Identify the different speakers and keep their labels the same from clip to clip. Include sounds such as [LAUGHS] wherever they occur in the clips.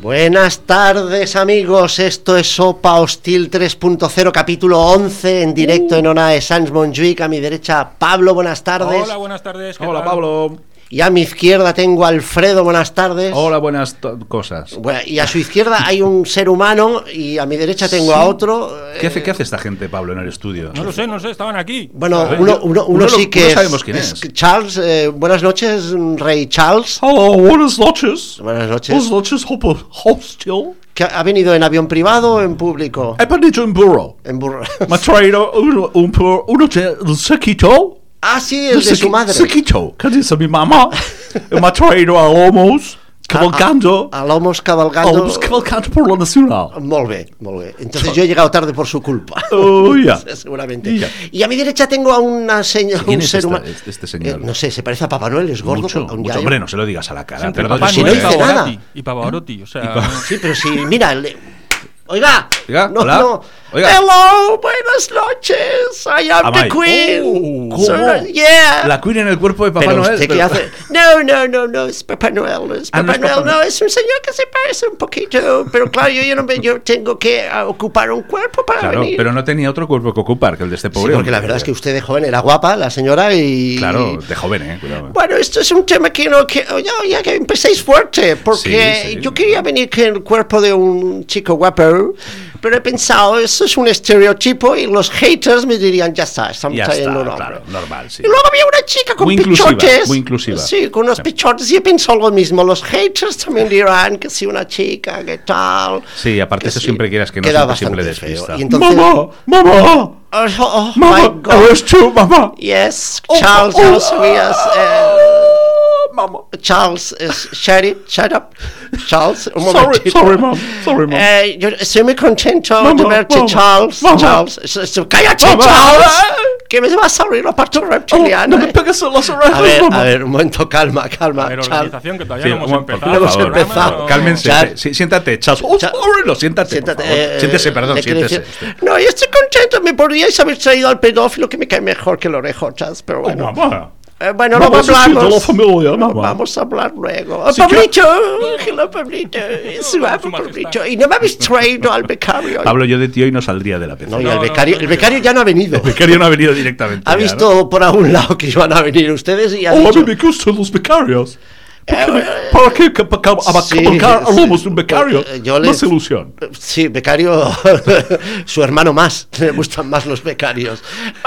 Speaker 1: Buenas tardes amigos, esto es Sopa Hostil 3.0, capítulo 11, en directo en Ona de Sans Montjuic. A mi derecha, Pablo, buenas tardes.
Speaker 2: Hola, buenas tardes. ¿qué
Speaker 3: Hola
Speaker 2: tal?
Speaker 3: Pablo.
Speaker 1: Y a mi izquierda tengo a Alfredo, buenas tardes.
Speaker 3: Hola, buenas to- cosas.
Speaker 1: Bueno, y a su izquierda hay un ser humano y a mi derecha tengo a otro. eh,
Speaker 3: ¿Qué hace, ¿Qué hace esta gente, Pablo, en el estudio?
Speaker 2: No lo sé, no lo sé, estaban aquí.
Speaker 1: Bueno,
Speaker 3: ver,
Speaker 1: uno,
Speaker 3: yo-
Speaker 1: uno, uno
Speaker 3: uno lo-
Speaker 1: sí
Speaker 3: uno
Speaker 1: que es,
Speaker 3: sabemos quién es.
Speaker 1: Charles, eh, buenas noches, rey Charles.
Speaker 3: Hola, buenas noches.
Speaker 1: Buenas noches.
Speaker 3: Buenas noches, Hopo- hostil.
Speaker 1: ¿Que ¿Ha ha venido en avión privado o en público?
Speaker 3: He pedido un burro.
Speaker 1: En burro.
Speaker 3: Me ha traído un, un burro, uno de un sequito.
Speaker 1: ah, sí, el de su madre.
Speaker 3: Sequito, que dice mi [LAUGHS] mamá. Y me ha traído a Lomos, cabalgando.
Speaker 1: A, a lomos
Speaker 3: A
Speaker 1: cabalgando.
Speaker 3: Lomos cabalgando por la nacional.
Speaker 1: Molt bé, molt bé. Entonces yo he llegado tarde por su
Speaker 3: [LAUGHS]
Speaker 1: culpa.
Speaker 3: Oh, ya.
Speaker 1: [LAUGHS] Seguramente.
Speaker 3: Ya.
Speaker 1: Y a mi derecha tengo a una señora,
Speaker 3: ¿Quién
Speaker 1: un
Speaker 3: es
Speaker 1: ser
Speaker 3: esta-
Speaker 1: humano.
Speaker 3: este- este señor?
Speaker 1: no sé, se parece a Papá Noel, es gordo. ¿eh?
Speaker 3: Mucho,
Speaker 1: con- con
Speaker 3: mucho.
Speaker 1: gallo.
Speaker 3: Hombre, no se lo digas a la cara.
Speaker 2: Entre
Speaker 3: Perdón,
Speaker 2: Papá
Speaker 1: si no
Speaker 2: Noel
Speaker 1: dice
Speaker 2: y
Speaker 1: [LAUGHS]
Speaker 2: Pavarotti.
Speaker 1: nada.
Speaker 2: Y Pavarotti, o sea.
Speaker 1: Sí, pero sí, mira. le- Oiga,
Speaker 3: Oiga,
Speaker 1: no,
Speaker 3: hola.
Speaker 1: no.
Speaker 3: Oiga.
Speaker 1: Hello, buenas noches. I am
Speaker 3: Am
Speaker 1: the
Speaker 3: I?
Speaker 1: Queen.
Speaker 3: Oh, ¿cómo?
Speaker 1: yeah.
Speaker 3: La Queen en el cuerpo de Papá
Speaker 1: pero
Speaker 3: Noel.
Speaker 1: usted qué
Speaker 3: pero-
Speaker 1: hace. No, no, no, no, es Papá Noel. no Es
Speaker 3: Ah,
Speaker 1: Papá
Speaker 3: no es
Speaker 1: Noel,
Speaker 3: Papá
Speaker 1: no,
Speaker 3: Noel.
Speaker 1: es un señor que se parece un poquito. Pero claro, yo, no me- yo tengo que ah, ocupar un cuerpo para
Speaker 3: Claro,
Speaker 1: venir.
Speaker 3: pero no tenía otro cuerpo que ocupar que el de este
Speaker 1: Sí,
Speaker 3: pobre.
Speaker 1: porque la
Speaker 3: hombre.
Speaker 1: verdad es que usted de joven era guapa, la señora, y...
Speaker 3: Claro, de joven, eh. Cuidado.
Speaker 1: Bueno, esto es un tema que no... Que, oye, oye, que empecéis fuerte, porque
Speaker 3: Sí, sí.
Speaker 1: yo quería venir con el cuerpo de un chico guapo, pero he pensado, esto es un estereotipo y los haters me dirían, ya está, estamos
Speaker 3: Ya
Speaker 1: trayendo un
Speaker 3: está,
Speaker 1: hombre.
Speaker 3: claro, normal, sí.
Speaker 1: Y luego había una chica con
Speaker 3: Muy inclusiva,
Speaker 1: pichotes.
Speaker 3: muy inclusiva.
Speaker 1: Sí, con unos
Speaker 3: Sí.
Speaker 1: pichotes y he pensado lo mismo. Los haters también dirán que si una chica, que tal.
Speaker 3: Sí, aparte
Speaker 1: que
Speaker 3: eso
Speaker 1: sí.
Speaker 3: siempre quieras que no
Speaker 1: Queda
Speaker 3: siempre, siempre
Speaker 1: bastante feo.
Speaker 3: despista.
Speaker 1: Y entonces-
Speaker 3: ¡Mamá! ¡Mamá!
Speaker 1: Oh, oh, oh
Speaker 3: ¡Mamá!
Speaker 1: my God.
Speaker 3: ¡Eres tú, mamá!
Speaker 1: Yes,
Speaker 3: Oh,
Speaker 1: Charles,
Speaker 3: oh,
Speaker 1: no
Speaker 3: oh.
Speaker 1: sabías. eh,
Speaker 3: ¡Mamá!
Speaker 1: Charles, es, shut it, shut up. Charles, un
Speaker 3: Sorry,
Speaker 1: momentito.
Speaker 3: sorry, mom. Sorry, mom.
Speaker 1: Eh, yo estoy muy contento
Speaker 3: Mamá,
Speaker 1: de verte,
Speaker 3: mamá,
Speaker 1: Charles.
Speaker 3: mamá.
Speaker 1: Charles, es- es- cállate,
Speaker 3: Mamá.
Speaker 1: Oh, Charles. Que me vas a abrir la parte
Speaker 3: Oh,
Speaker 1: reptiliana.
Speaker 3: no me
Speaker 1: eh.
Speaker 3: pegues en las
Speaker 1: A
Speaker 3: orejas,
Speaker 1: ver,
Speaker 3: mamá.
Speaker 1: a ver, un momento, calma, calma.
Speaker 2: A ver,
Speaker 1: Charles.
Speaker 2: organización, que todavía
Speaker 3: Sí,
Speaker 2: no hemos
Speaker 3: un- ¿eh?
Speaker 2: empezado.
Speaker 1: no hemos
Speaker 2: el programa,
Speaker 1: empezado.
Speaker 2: pero-
Speaker 3: Cálmense.
Speaker 1: Char-
Speaker 3: sí, sí, siéntate, Chas. Oh,
Speaker 1: Char-
Speaker 3: sorry, siéntate. por
Speaker 1: Siéntate,
Speaker 3: favor.
Speaker 1: eh,
Speaker 3: siéntese, perdón,
Speaker 1: le quiero
Speaker 3: siéntese. este.
Speaker 1: decir- No, yo estoy contento. Me podríais haber traído al pedófilo que me cae mejor que el orejochas, pero
Speaker 3: Oh,
Speaker 1: bueno.
Speaker 3: mamá.
Speaker 1: Eh, bueno,
Speaker 3: Mamá,
Speaker 1: luego
Speaker 3: eso sí, de la
Speaker 1: hablamos.
Speaker 3: familia, mamá.
Speaker 1: Vamos a hablar luego.
Speaker 3: Sí,
Speaker 1: Pablito, hello, [LAUGHS] Pablito. Es
Speaker 2: Su
Speaker 1: guapo,
Speaker 2: Majestad.
Speaker 1: Pablito. Y no me habéis traído al becario.
Speaker 3: Pablo, yo de tío y no saldría de la pecera.
Speaker 1: No, y
Speaker 2: No,
Speaker 1: el
Speaker 2: no,
Speaker 1: becario,
Speaker 2: no,
Speaker 1: el
Speaker 2: no.
Speaker 1: becario ya no ha venido.
Speaker 3: El becario no ha venido directamente.
Speaker 1: Ha
Speaker 3: ya, ¿no?
Speaker 1: visto por algún lado que iban a venir ustedes y ha
Speaker 3: Oh, a
Speaker 1: dicho...
Speaker 3: mí me gustan los becarios. ¿Por qué, me-
Speaker 1: Eh,
Speaker 3: ¿Para qué ca- pa- ca- a-
Speaker 1: sí,
Speaker 3: cabalgar a
Speaker 1: sí.
Speaker 3: lomos de un becario?
Speaker 1: Eh, yo
Speaker 3: Más
Speaker 1: les-
Speaker 3: ilusión.
Speaker 1: Sí, becario, [LAUGHS] su hermano más. [LAUGHS] Le gustan más los becarios.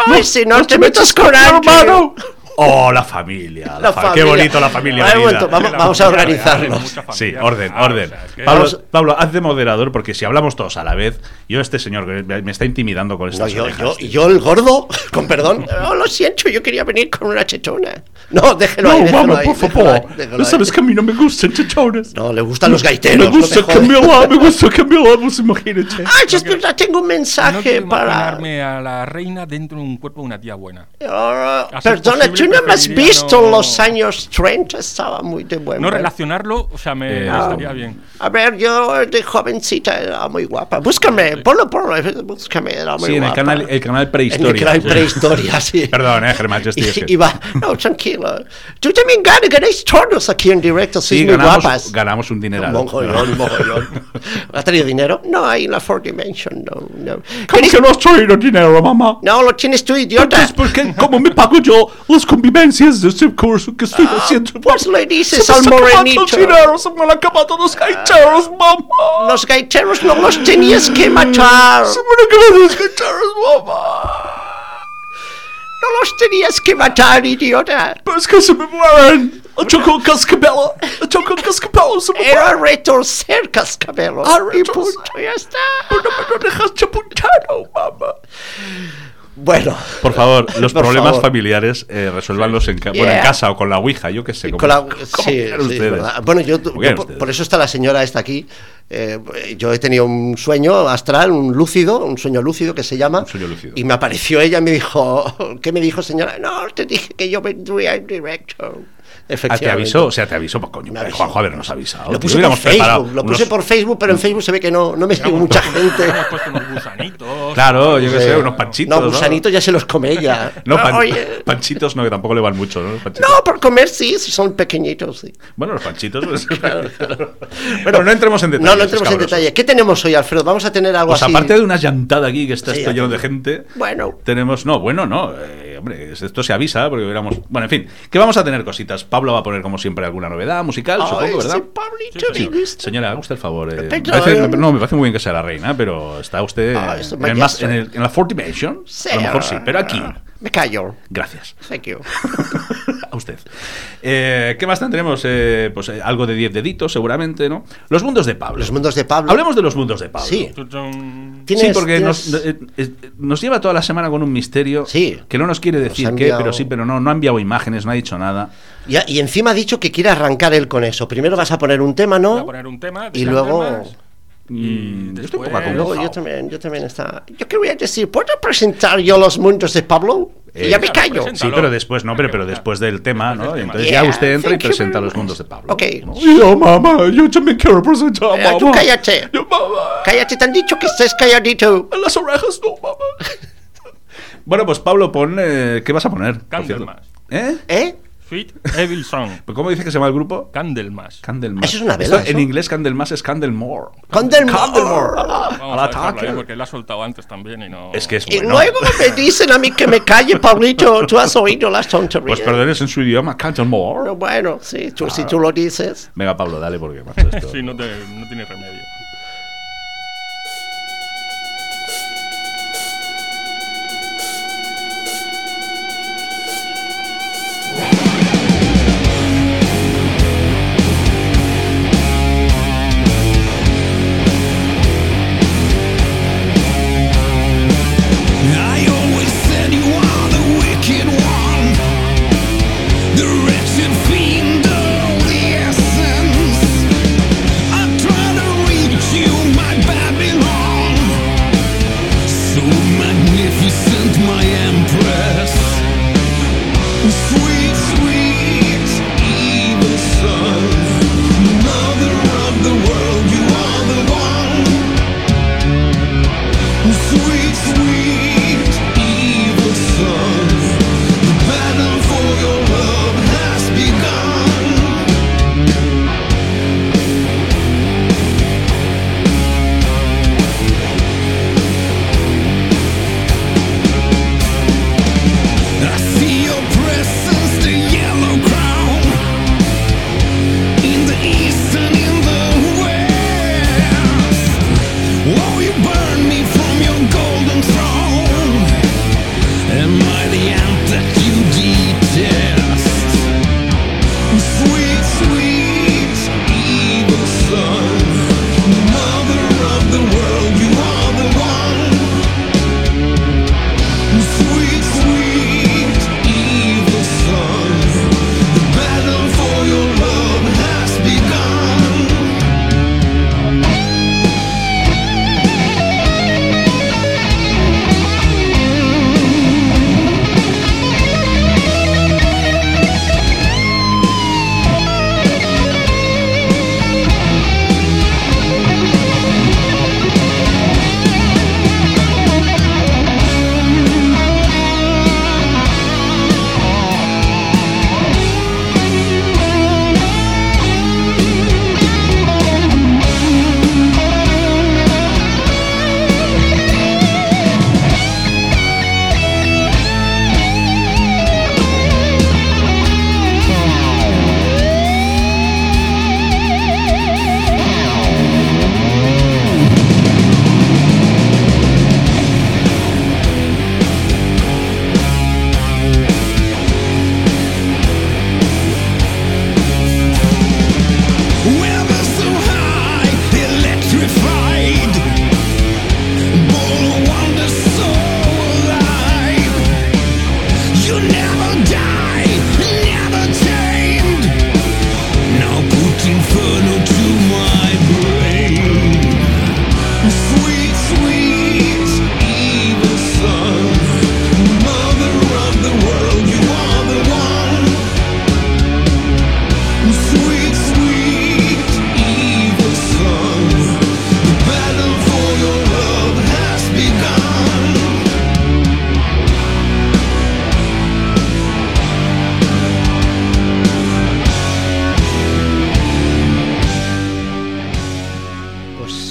Speaker 1: Ay, si Ah, no, te metas con Ángel.
Speaker 3: hermano! ¡Oh, la familia! la
Speaker 1: La
Speaker 3: fa- ¡Qué
Speaker 1: familia.
Speaker 3: bonito la familia!
Speaker 1: Vale, un
Speaker 3: unida.
Speaker 1: momento, vamos-
Speaker 2: La
Speaker 1: a
Speaker 2: familia real,
Speaker 1: organizarnos.
Speaker 2: hay mucha
Speaker 3: Sí,
Speaker 2: familia
Speaker 3: orden,
Speaker 2: real,
Speaker 3: orden.
Speaker 2: o sea, es que-
Speaker 3: Pablo,
Speaker 1: Vamos-
Speaker 3: Pablo, haz de moderador porque si hablamos todos a la vez, yo este señor que me me está intimidando con
Speaker 1: No,
Speaker 3: estas
Speaker 1: yo,
Speaker 3: orejas,
Speaker 1: yo,
Speaker 3: tío.
Speaker 1: yo el gordo, [LAUGHS] con
Speaker 2: [LAUGHS]
Speaker 1: perdón, no lo siento, yo quería venir con una chetona. No, déjelo ahí,
Speaker 3: No,
Speaker 1: déjelo
Speaker 3: mamá,
Speaker 1: ahí,
Speaker 3: por
Speaker 1: déjelo
Speaker 3: favor.
Speaker 1: ahí, déjelo
Speaker 3: Ya sabes
Speaker 1: ahí.
Speaker 3: que a mí no me gustan chichones.
Speaker 1: No, le gustan los
Speaker 3: Me
Speaker 1: gaiteros.
Speaker 3: gusta
Speaker 1: no te jodas.
Speaker 3: Camila, me gusta Camila, pues imagínate.
Speaker 1: Ay, es verdad, tengo un
Speaker 2: No
Speaker 1: mensaje
Speaker 2: quiero
Speaker 1: para...
Speaker 2: imaginarme a la reina dentro de un cuerpo de una tía buena.
Speaker 1: Ah,
Speaker 2: A ser
Speaker 1: perdona, tú
Speaker 2: posible,
Speaker 1: no me has
Speaker 2: preferiría
Speaker 1: visto
Speaker 2: no-
Speaker 1: en los años 30, estaba muy de buen
Speaker 2: No
Speaker 1: ver.
Speaker 2: relacionarlo, o sea, me
Speaker 3: Eh,
Speaker 1: ah,
Speaker 2: estaría bien.
Speaker 1: A ver, yo de jovencita era muy guapa. Búscame, ponlo, ponlo, búscame, era muy
Speaker 3: Sí, en el
Speaker 1: guapa.
Speaker 3: canal, el canal
Speaker 1: En el
Speaker 3: prehistoria.
Speaker 1: canal prehistoria,
Speaker 3: [LAUGHS]
Speaker 1: sí.
Speaker 3: Perdón, eh, Germán, yo estoy. es que-
Speaker 1: [LAUGHS] Y, y va, no, tranquilo. Tú también ganas, ganáis todos aquí en directo, sois
Speaker 3: Sí,
Speaker 1: muy
Speaker 3: ganamos,
Speaker 1: guapas.
Speaker 3: ganamos un dineral. [LAUGHS]
Speaker 1: Mogollón, [LAUGHS] mogollón. ¿Ha traído dinero? No, ahí en la Four Dimension, no, no.
Speaker 3: ¿Cómo
Speaker 1: ¿Queréis-
Speaker 3: que no has traído dinero, mamá?
Speaker 1: No, lo tienes tú, idiota.
Speaker 3: Entonces, ¿por qué? ¿Cómo me pago yo las convivencias de este curso que estoy haciendo?
Speaker 1: Pues le dices
Speaker 3: Se me
Speaker 1: al
Speaker 3: han acabado
Speaker 1: morenito. Ah,
Speaker 3: los dineros, se me han acabado los gaiteros, mamá.
Speaker 1: Los gaiteros no los tenías que
Speaker 3: Mm.
Speaker 1: matar.
Speaker 3: Se me han acabado los gaiteros, mamá.
Speaker 1: No los tenías que matar, idiota.
Speaker 3: Pero es que se me mueren. El choco cascabela. El choco cascabela se me muere.
Speaker 1: Era retorcer cascabelo.
Speaker 3: Ah,
Speaker 1: Y
Speaker 3: retorcer.
Speaker 1: punto, ya está.
Speaker 3: No me lo dejas chapuntado, mamá.
Speaker 1: Bueno, [LAUGHS]
Speaker 3: Por favor, los
Speaker 1: Por
Speaker 3: problemas
Speaker 1: favor.
Speaker 3: familiares eh, resuélvanlos en, ca- bueno, en
Speaker 1: Yeah.
Speaker 3: casa o con la Ouija, yo qué sé.
Speaker 1: con
Speaker 3: [LAUGHS]
Speaker 1: la- sí,
Speaker 3: quieran
Speaker 1: sí, es
Speaker 3: ustedes?
Speaker 1: verdad. Bueno, yo,
Speaker 3: Como quieran
Speaker 1: yo por,
Speaker 3: ustedes. Ah,
Speaker 1: por eso está la señora esta aquí. Eh, yo he tenido un sueño astral, un lúcido, un sueño lúcido que se llama.
Speaker 3: Un sueño lúcido.
Speaker 1: Y me [LAUGHS] apareció ella y me dijo, ¿qué me dijo señora? No, te dije que yo vendría en directo.
Speaker 3: Ah,
Speaker 1: Efectivamente.
Speaker 3: te avisó, o sea, te avisó, pues coño,
Speaker 1: Me avisó.
Speaker 3: Juanjo, habernos avisado.
Speaker 1: Lo
Speaker 3: tío,
Speaker 1: puse por
Speaker 3: hubiéramos preparado
Speaker 1: Facebook, lo puse
Speaker 3: unos-
Speaker 1: por Facebook, pero en Facebook se ve que no, no me sigue
Speaker 3: [LAUGHS]
Speaker 1: mucha gente.
Speaker 2: Hemos puesto unos gusanitos. eh,
Speaker 3: Claro, yo qué
Speaker 1: Sí.
Speaker 3: sé, unos panchitos.
Speaker 1: No, gusanitos ya se los come ella.
Speaker 3: [LAUGHS] No, pan-
Speaker 1: Ah, Oye,
Speaker 3: panchitos no, que tampoco le van mucho, ¿no? Los panchitos.
Speaker 1: no, por comer sí, si son pequeñitos, sí.
Speaker 3: Bueno, los
Speaker 1: [LAUGHS]
Speaker 3: panchitos. pues, claro. Bueno, no entremos en detalle.
Speaker 1: No, no entremos en detalle. ¿Qué tenemos hoy, Alfredo? Vamos a tener algo
Speaker 3: Pues
Speaker 1: así.
Speaker 3: aparte de una llantada aquí que está
Speaker 1: Sí,
Speaker 3: esto lleno
Speaker 1: aquí.
Speaker 3: de gente.
Speaker 1: Bueno.
Speaker 3: Tenemos, no, bueno, no, eh, hombre, esto se avisa porque hubiéramos. Bueno, en fin, que vamos a tener cositas. Pablo va a poner, como siempre, alguna novedad musical,
Speaker 1: Ay,
Speaker 3: Ah, supongo, ¿verdad?
Speaker 1: sí, Pablito,
Speaker 2: Sí,
Speaker 1: me
Speaker 2: señor.
Speaker 1: gusta.
Speaker 3: Señora, haga usted el favor. eh,
Speaker 1: Perfecto.
Speaker 3: me parece- me- no, me parece muy bien que sea la reina, pero está usted
Speaker 1: Ah,
Speaker 3: eh,
Speaker 1: esto
Speaker 3: en, el
Speaker 1: me
Speaker 3: más-
Speaker 1: gusta.
Speaker 3: en el- en la Fourth Dimension. A lo mejor sí, pero aquí.
Speaker 1: Me callo.
Speaker 3: Gracias. [LAUGHS]
Speaker 1: Thank you.
Speaker 3: a usted. Eh, ¿Qué más tendremos? Eh, pues eh, algo de 10 deditos, seguramente, ¿no? Los mundos de Pablo.
Speaker 1: Los mundos de Pablo.
Speaker 3: Hablemos de los mundos de Pablo.
Speaker 1: Sí.
Speaker 2: Tutum.
Speaker 1: Tienes-
Speaker 3: sí, porque
Speaker 1: tienes-
Speaker 3: nos, eh, eh, nos lleva toda la semana con un misterio
Speaker 1: Sí.
Speaker 3: que no nos quiere decir
Speaker 1: ha
Speaker 3: qué,
Speaker 1: enviado-
Speaker 3: pero sí, pero no. No ha enviado imágenes, no ha dicho nada.
Speaker 1: Y, y encima ha dicho que quiere arrancar él con eso. Primero vas a poner un tema,
Speaker 2: Voy a
Speaker 1: ¿no?
Speaker 2: poner un tema.
Speaker 1: Y
Speaker 2: de
Speaker 1: luego-
Speaker 2: Sandman, Y
Speaker 3: Mm, yo estoy un
Speaker 2: después-
Speaker 3: poco
Speaker 1: Y Luego
Speaker 3: acongojado.
Speaker 1: yo también, yo también estaba. Yo quería decir, ¿puedo presentar yo los mundos de Pablo? Y
Speaker 3: Eh,
Speaker 1: ya me
Speaker 2: claro,
Speaker 1: callo.
Speaker 2: presenta.
Speaker 3: Sí, pero después, no, pero, pero después del tema, ¿no? Y entonces
Speaker 1: Yeah,
Speaker 3: ya usted entra y
Speaker 1: thank you
Speaker 3: presenta
Speaker 1: very
Speaker 3: los
Speaker 1: much.
Speaker 3: mundos de Pablo.
Speaker 1: Ok.
Speaker 3: ¿no? Yo, mamá, yo también quiero presentar a
Speaker 1: Eh, tú
Speaker 3: mamá.
Speaker 1: cállate.
Speaker 3: Yo, mamá.
Speaker 1: Cállate, te han dicho que estés calladito.
Speaker 3: En las orejas no, mamá. bueno, pues Pablo, pon. eh, ¿Qué vas a poner? por
Speaker 2: Candlemas.
Speaker 3: cierto? ¿Eh?
Speaker 1: ¿Eh?
Speaker 2: Sweet Evil Song.
Speaker 3: ¿Pero ¿Cómo dice que se llama el grupo?
Speaker 2: Candlemas.
Speaker 3: Candlemas.
Speaker 1: Eso es una vela,
Speaker 3: Esto, En
Speaker 1: eso.
Speaker 3: inglés, Candlemas es Candlemore.
Speaker 1: Candlemore. [LAUGHS]
Speaker 3: Al
Speaker 2: Vamos a dejarlo ahí
Speaker 3: ataque.
Speaker 2: porque la ha soltado antes también y no.
Speaker 3: Es que es
Speaker 1: Y
Speaker 3: bueno.
Speaker 1: luego me dicen a mí que me calle, Pablito. Tú has oído las tonterías.
Speaker 3: Pues perdón, es en su idioma, Candlemore.
Speaker 1: Pero bueno, sí, tú, si tú lo dices.
Speaker 3: Venga, Pablo, dale porque, macho, esto.
Speaker 2: [LAUGHS] Sí, no, te- no tiene remedio.
Speaker 4: I always said you are the wicked one, the wretched fiend, the lonely essence. I try to reach you, my Babylon, so magnificent, my empress. Sweet, sweet evil son, mother of the world, you are the one. Sweet, sweet evil son, the battle for your love has begun. I see your presence Oh,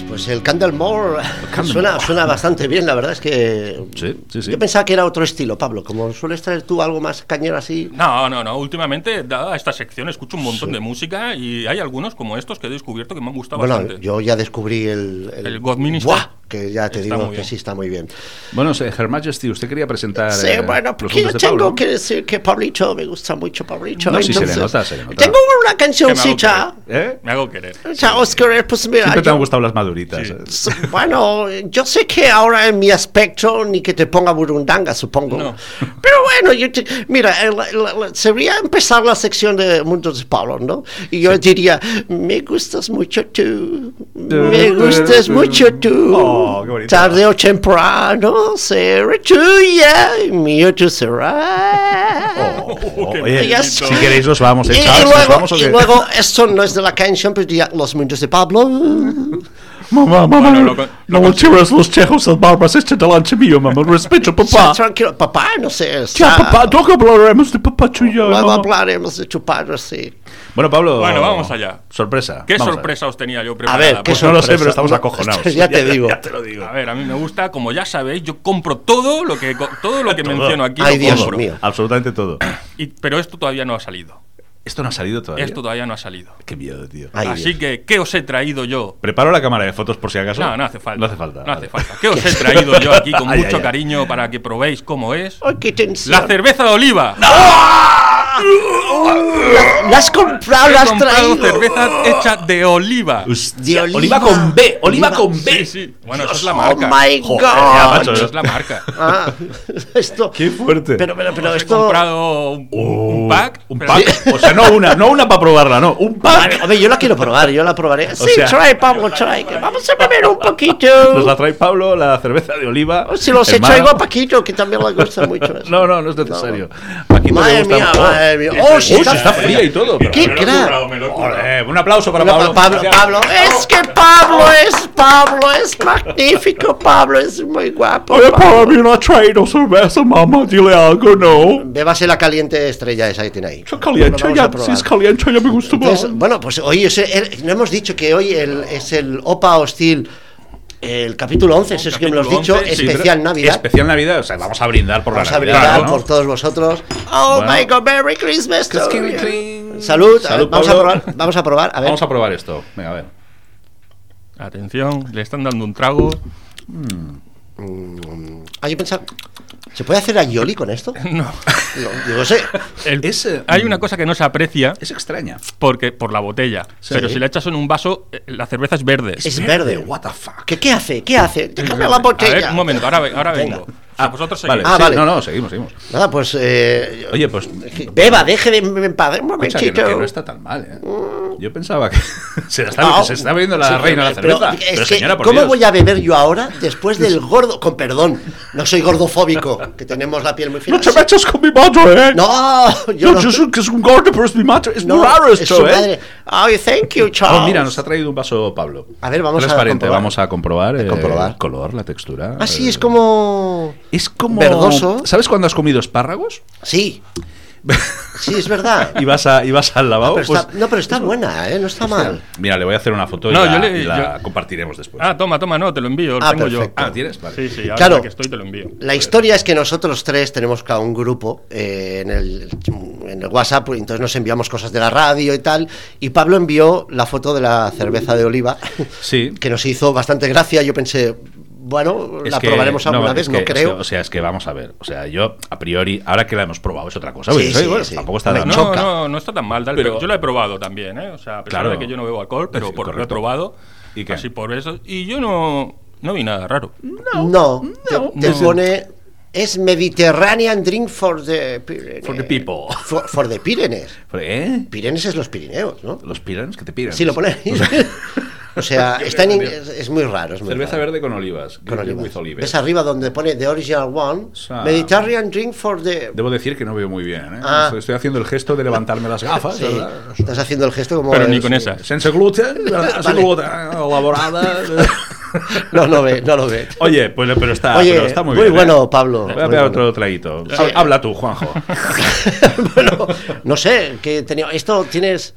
Speaker 1: Pues, el Candlemore [LAUGHS] suena, suena bastante bien, la verdad es que...
Speaker 3: Sí, sí, sí.
Speaker 1: Yo pensaba que era otro estilo, Pablo, como sueles traer tú algo más cañero así...
Speaker 2: No, no, no. Últimamente, dada esta sección, escucho un montón de música y hay algunos como estos que he descubierto que me han gustado
Speaker 1: Bueno,
Speaker 2: bastante.
Speaker 1: yo ya descubrí el...
Speaker 2: El God Minister.
Speaker 1: ¡Buah! Que ya te
Speaker 2: Está
Speaker 1: digo
Speaker 2: muy
Speaker 1: que
Speaker 2: bien.
Speaker 1: sí está muy bien.
Speaker 3: Bueno, se- Her Majesty, usted quería presentar.
Speaker 1: Sí,
Speaker 3: eh,
Speaker 1: bueno,
Speaker 3: los
Speaker 1: porque yo
Speaker 3: puntos de
Speaker 1: tengo
Speaker 3: Pablo.
Speaker 1: que decir que Pablito me gusta mucho, Pablito.
Speaker 3: No, sí, se le
Speaker 1: entonces,
Speaker 3: nota, se le nota.
Speaker 1: Tengo una cancioncita.
Speaker 2: Que
Speaker 3: ¿Eh?
Speaker 2: Me hago querer.
Speaker 1: O sea, Oscar, pues mira.
Speaker 3: Siempre te
Speaker 1: yo-
Speaker 3: han gustado las maduritas.
Speaker 2: Sí.
Speaker 3: eh.
Speaker 1: s- bueno, yo sé que ahora en mi aspecto ni que te ponga burundanga, supongo.
Speaker 2: No.
Speaker 1: Pero bueno, yo te- mira, el- el- el- sería empezar la sección de Mundos de Pablo, ¿no? Y yo diría, me gustas mucho tú, me gustas mucho tú.
Speaker 3: Oh, qué bonito.
Speaker 1: Tarde o temprano seré tuya y mío tú serás.
Speaker 3: Oh,
Speaker 2: qué
Speaker 3: oye,
Speaker 1: bonito.
Speaker 3: si queréis nos vamos,
Speaker 1: Y,
Speaker 3: ¿eh,
Speaker 1: y
Speaker 3: Charles? ¿Nos
Speaker 1: luego,
Speaker 3: vamos o
Speaker 1: y
Speaker 3: qué?
Speaker 1: luego, esto no es de la canción, pero diría Los Mundos de
Speaker 3: [LAUGHS]
Speaker 1: Pablo.
Speaker 3: Mamá, mamá,
Speaker 2: Bueno, lo con-
Speaker 3: no lleves los chejos al barbas, este delante
Speaker 1: [LAUGHS]
Speaker 3: mío, mamá, respeto, papá.
Speaker 1: Tranquilo, papá, no sé.
Speaker 3: Ya,
Speaker 1: está-
Speaker 3: papá, luego hablaremos de papá tuyo.
Speaker 1: Luego
Speaker 3: ¿no?
Speaker 1: hablaremos de tu padre, sí.
Speaker 3: Bueno, Pablo.
Speaker 2: Bueno, vamos allá.
Speaker 3: Sorpresa.
Speaker 2: ¿Qué
Speaker 3: vamos a ver.
Speaker 2: sorpresa os tenía yo
Speaker 1: A
Speaker 2: preparada?
Speaker 1: ver, qué
Speaker 3: Pues no lo sé,
Speaker 1: sorpresa.
Speaker 3: pero estamos
Speaker 1: No, [LAUGHS]
Speaker 3: acojonados.
Speaker 1: ya te digo.
Speaker 3: [LAUGHS] Ya te lo digo.
Speaker 2: A ver, a mí me gusta, como ya sabéis, yo compro todo lo que co- todo lo que menciono aquí.
Speaker 1: Ay,
Speaker 2: lo
Speaker 1: Dios
Speaker 2: compro.
Speaker 1: mío.
Speaker 3: Absolutamente todo. [CLEARS THROAT]
Speaker 2: Y- pero esto todavía no ha salido.
Speaker 3: Esto no ha salido todavía.
Speaker 2: Esto todavía no ha salido.
Speaker 3: Qué miedo, tío.
Speaker 1: Ay,
Speaker 2: Así
Speaker 1: Dios.
Speaker 2: que, ¿qué os he traído yo?
Speaker 3: Preparo la cámara de fotos por si acaso.
Speaker 2: No, no hace falta.
Speaker 3: No hace falta.
Speaker 2: No
Speaker 3: vale.
Speaker 2: hace falta.
Speaker 3: [LAUGHS]
Speaker 2: ¿Qué os he traído yo aquí con
Speaker 3: Ay, ay,
Speaker 2: mucho
Speaker 3: ay.
Speaker 2: cariño para que probéis cómo es?
Speaker 1: Ay, qué tensión.
Speaker 2: La cerveza de oliva.
Speaker 3: ¡Ah!
Speaker 1: La has comprado,
Speaker 2: He
Speaker 1: la has
Speaker 2: comprado
Speaker 1: traído.
Speaker 2: cerveza hecha de oliva.
Speaker 3: Hostia,
Speaker 1: De
Speaker 3: oliva
Speaker 1: oliva.
Speaker 3: con B, oliva
Speaker 1: Oliva.
Speaker 3: con B.
Speaker 2: Sí, sí. Bueno, eso es la
Speaker 1: Oh
Speaker 2: marca.
Speaker 1: my
Speaker 3: Joder, ya,
Speaker 1: god.
Speaker 3: macho.
Speaker 2: Eso es la marca.
Speaker 1: Ah, [LAUGHS] esto.
Speaker 3: Qué fuerte.
Speaker 1: Pero, pero, pero
Speaker 2: Os he
Speaker 1: esto.
Speaker 2: comprado un,
Speaker 1: Oh.
Speaker 2: un pack.
Speaker 3: Un
Speaker 2: pero-
Speaker 1: [LAUGHS]
Speaker 3: pack. O sea, no una, no una para probarla, no. Un
Speaker 1: Vale,
Speaker 3: pack.
Speaker 1: hombre, yo la quiero probar, yo la probaré. Sí,
Speaker 3: sea-
Speaker 1: trae, Pablo, trae. que vamos a beber un
Speaker 3: [LAUGHS] Nos la
Speaker 1: poquito.
Speaker 3: trae Pablo, la cerveza de oliva.
Speaker 1: Si los
Speaker 3: el
Speaker 1: he
Speaker 3: mar.
Speaker 1: traigo a Paquito, que también le gusta
Speaker 3: [LAUGHS]
Speaker 1: mucho eso.
Speaker 3: No, no, no es necesario. Paquito le
Speaker 1: Madre
Speaker 3: gusta-
Speaker 1: mía,
Speaker 3: Oh.
Speaker 1: madre mía. Oh, si
Speaker 3: Uy,
Speaker 1: está,
Speaker 3: si está fría y todo. pero-
Speaker 1: ¡Qué crack!
Speaker 3: Ole, un aplauso para
Speaker 1: Hola,
Speaker 3: Pablo. Oh,
Speaker 1: Pa- Pablo,
Speaker 3: Gracias.
Speaker 1: Pablo, es que Pablo es Pablo, es magnífico, Pablo es muy guapo.
Speaker 3: Oye, eh, Pablo,
Speaker 1: Pablo.
Speaker 3: mí no ha traído cerveza, mamá. Dile algo, ¿no?
Speaker 1: Bébase la caliente estrella esa que tiene ahí.
Speaker 3: Está caliente,
Speaker 1: Vamos a
Speaker 3: ya.
Speaker 1: probar.
Speaker 3: Si es caliente, ya me gusta más.
Speaker 1: Entonces, bueno, pues hoy es el- no hemos dicho que hoy el- es el OPA hostil, el capítulo 11, si es que me lo has
Speaker 2: Capítulo
Speaker 1: dicho,
Speaker 2: 11, sí,
Speaker 1: especial
Speaker 3: Pero-
Speaker 1: Navidad.
Speaker 3: Especial Navidad, o sea, vamos a brindar por
Speaker 1: Vamos
Speaker 3: la
Speaker 1: a
Speaker 3: Navidad.
Speaker 1: brindar
Speaker 3: ¿no?
Speaker 1: por todos vosotros. Oh
Speaker 3: Bueno.
Speaker 1: my God, Merry Christmas. to
Speaker 3: Cling,
Speaker 1: you.
Speaker 3: cling.
Speaker 1: Salud, a ver,
Speaker 3: Salud,
Speaker 1: vamos, a
Speaker 3: Pablo.
Speaker 1: probar, vamos a probar, a ver.
Speaker 3: Vamos a probar esto. Venga, a ver.
Speaker 2: Atención, le están dando un trago. [LAUGHS]
Speaker 1: Ah, yo pensaba, ¿se puede hacer aioli con esto?
Speaker 2: No.
Speaker 1: No, digo, sí.
Speaker 2: El-
Speaker 3: Es, eh,
Speaker 2: hay una cosa que no se aprecia
Speaker 3: Es extraña.
Speaker 2: porque por la botella.
Speaker 3: Sí.
Speaker 2: Pero si la echas en un vaso, eh, la cerveza es verde.
Speaker 1: Es
Speaker 3: [LAUGHS]
Speaker 1: verde.
Speaker 3: What the fuck.
Speaker 1: ¿Qué, ¿Qué hace? ¿Qué hace? Déjame
Speaker 2: verde.
Speaker 1: la botella.
Speaker 2: A ver, un momento, ahora, ve- ahora
Speaker 1: Venga.
Speaker 2: vengo. A vosotros
Speaker 3: Vale,
Speaker 2: seguís.
Speaker 1: Ah,
Speaker 3: sí,
Speaker 1: vale.
Speaker 3: No, no, pues seguimos, seguimos.
Speaker 1: Nada, pues. Eh,
Speaker 3: Oye, pues.
Speaker 1: que- beba, deje de en paz. Un
Speaker 3: escucha, que,
Speaker 1: momentito.
Speaker 3: no, que no está tan mal, ¿eh? Yo pensaba que. [LAUGHS] se, la está,
Speaker 1: Ah,
Speaker 3: se está bebiendo la
Speaker 1: sí,
Speaker 3: reina de la
Speaker 1: pero-
Speaker 3: cerveza.
Speaker 1: es
Speaker 3: Pero,
Speaker 1: que,
Speaker 3: señora, por
Speaker 1: ¿Cómo
Speaker 3: Dios.
Speaker 1: voy a beber yo ahora después del gordo? Con perdón, no soy
Speaker 3: [LAUGHS]
Speaker 1: gordofóbico, que tenemos la piel muy fina.
Speaker 3: No te metas con mi madre, ¿eh?
Speaker 1: No, yo
Speaker 3: Yo,
Speaker 1: no.
Speaker 3: yo soy que es un gordo, pero es mi madre. Es
Speaker 1: no,
Speaker 3: muy raro
Speaker 1: es su
Speaker 3: esto, ¿eh?
Speaker 1: madre. Ay, thank you, Charles.
Speaker 3: Oh, mira, nos ha traído un vaso Pablo.
Speaker 1: A ver, vamos a
Speaker 3: Transparente,
Speaker 1: comprobar.
Speaker 3: vamos a comprobar, eh,
Speaker 1: comprobar.
Speaker 3: el color, la textura.
Speaker 1: Ah, sí,
Speaker 3: eh,
Speaker 1: es como.
Speaker 3: Es como.
Speaker 1: verdoso.
Speaker 3: ¿Sabes cuando has comido espárragos? [LAUGHS]
Speaker 1: Sí. Sí, es verdad.
Speaker 3: Y vas, a, y vas al lavabo.
Speaker 1: Ah, Pero
Speaker 3: pues-
Speaker 1: está- no, pero está buena, ¿eh? No está mal.
Speaker 3: Mira, le voy a hacer una foto y
Speaker 2: No,
Speaker 3: la,
Speaker 2: yo le-
Speaker 3: y la
Speaker 2: yo-
Speaker 3: compartiremos después.
Speaker 2: Ah, toma, toma, no, te lo envío, lo
Speaker 1: Ah,
Speaker 2: tengo
Speaker 1: perfecto.
Speaker 2: yo.
Speaker 3: Ah, ¿tienes? Vale.
Speaker 2: Sí, sí, ahora
Speaker 1: Claro.
Speaker 2: que estoy te lo envío.
Speaker 1: La historia es que nosotros tres tenemos cada un grupo eh, en, el, en el WhatsApp, pues, entonces nos enviamos cosas de la radio y tal, y Pablo envió la foto de la cerveza de oliva,
Speaker 3: Sí.
Speaker 1: que nos hizo bastante gracia, yo pensé, bueno,
Speaker 3: Es
Speaker 1: la
Speaker 3: que-
Speaker 1: probaremos alguna
Speaker 3: es
Speaker 1: vez,
Speaker 3: que-
Speaker 1: no
Speaker 3: es que,
Speaker 1: creo.
Speaker 3: o sea, es que vamos a ver. O sea, yo, a priori, ahora que la hemos probado es otra cosa.
Speaker 1: Sí,
Speaker 3: porque,
Speaker 1: sí,
Speaker 3: bueno,
Speaker 1: sí.
Speaker 3: Tampoco está
Speaker 1: Me
Speaker 3: tan
Speaker 2: No,
Speaker 1: choca.
Speaker 2: no, no está tan mal, dale,
Speaker 3: Pero-
Speaker 2: pero yo lo he probado también, ¿eh? O sea, a pesar
Speaker 3: Claro.
Speaker 2: de que yo no bebo alcohol, pero
Speaker 3: Sí,
Speaker 2: porque lo he
Speaker 3: correcto.
Speaker 2: probado.
Speaker 3: ¿Y qué?
Speaker 2: Así por eso. Y yo no, no vi nada raro.
Speaker 1: no, te, te
Speaker 2: no.
Speaker 1: pone, es Mediterranean Drink for the Pyrenees.
Speaker 3: For the people.
Speaker 1: For, for the Pyrenees.
Speaker 3: ¿Eh?
Speaker 1: Pyrenees es los Pirineos, ¿no?
Speaker 3: ¿Los piranos que te piran?
Speaker 1: Sí, lo pone ahí. [LAUGHS] O
Speaker 3: [LAUGHS]
Speaker 1: sea, está en inglés, es muy raro. es muy
Speaker 3: Cerveza
Speaker 1: raro.
Speaker 3: verde con olivas.
Speaker 1: con
Speaker 3: Green
Speaker 1: olivas.
Speaker 3: with olives.
Speaker 1: ¿Ves arriba donde pone The Original One?
Speaker 3: sea,
Speaker 1: Mediterranean Drink for the...
Speaker 3: Debo decir que no veo muy bien. ¿eh?
Speaker 1: Ah.
Speaker 3: Estoy- Estoy haciendo el gesto de levantarme las gafas.
Speaker 1: Sí,
Speaker 3: ¿verdad?
Speaker 1: estás haciendo el gesto como...
Speaker 2: Pero
Speaker 1: el-
Speaker 2: ni con esa.
Speaker 1: [LAUGHS]
Speaker 3: Sense gluten, ¿verdad? Sin
Speaker 1: Vale.
Speaker 3: gluten, eh,
Speaker 1: [LAUGHS]
Speaker 3: elaborada.
Speaker 1: No lo ve, no lo ve.
Speaker 3: Oye, pues, pero está,
Speaker 1: Oye,
Speaker 3: pero está muy,
Speaker 1: muy
Speaker 3: bien. ¿eh?
Speaker 1: bueno, Pablo,
Speaker 3: Voy a
Speaker 1: muy
Speaker 3: pegar
Speaker 1: bueno. [LAUGHS]
Speaker 3: otro traguito.
Speaker 1: Sí. [LAUGHS]
Speaker 3: Habla tú, Juanjo.
Speaker 1: bueno, no sé, que tenía... Esto tienes...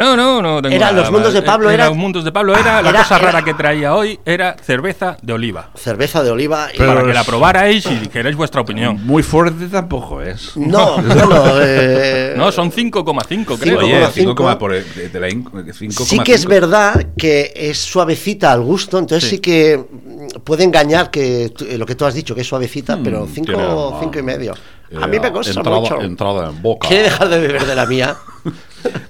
Speaker 2: No, no, no tengo
Speaker 1: Era
Speaker 2: nada
Speaker 1: los mundos
Speaker 2: más.
Speaker 1: de Pablo,
Speaker 2: Eh,
Speaker 1: era-
Speaker 2: Los mundos de Pablo era. La
Speaker 1: Era-
Speaker 2: cosa
Speaker 1: era-
Speaker 2: rara que traía hoy era cerveza de oliva.
Speaker 1: Cerveza de oliva. y-
Speaker 3: Pero-
Speaker 2: para que la probarais y dijerais vuestra opinión.
Speaker 3: Muy fuerte tampoco es. [LAUGHS]
Speaker 1: No, bueno, eh,
Speaker 2: No, son 5,5, creo.
Speaker 3: Oye,
Speaker 1: 5,5.
Speaker 3: 5,5 por el- de- de la in- 5,5.
Speaker 1: Sí que es verdad que es suavecita al gusto, entonces sí,
Speaker 2: Sí.
Speaker 1: que mm, puede engañar que tú- eh, lo que tú has dicho, que es suavecita,
Speaker 3: Mm,
Speaker 1: pero
Speaker 3: tiene Eh,
Speaker 1: cinco,
Speaker 3: alma.
Speaker 1: cinco y medio. A mí me gusta
Speaker 5: entrada,
Speaker 1: mucho.
Speaker 5: Entrada en boca.
Speaker 1: ¿Quiere dejar de beber de
Speaker 5: [LAUGHS]
Speaker 1: la mía?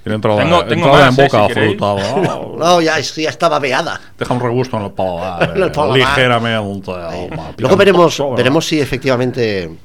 Speaker 5: Tiene entrada,
Speaker 2: Tengo- tengo
Speaker 5: entrada
Speaker 2: más,
Speaker 5: en
Speaker 2: eh,
Speaker 5: boca
Speaker 2: si queréis.
Speaker 5: frutada.
Speaker 3: [LAUGHS]
Speaker 1: No, ya, es- ya estaba beada.
Speaker 5: Deja un regusto en el paladar.
Speaker 1: [LAUGHS]
Speaker 3: eh,
Speaker 1: En el paladar.
Speaker 5: Ligeramente. al mar.
Speaker 1: [LAUGHS] Luego veremos,
Speaker 5: Sobra.
Speaker 1: veremos si efectivamente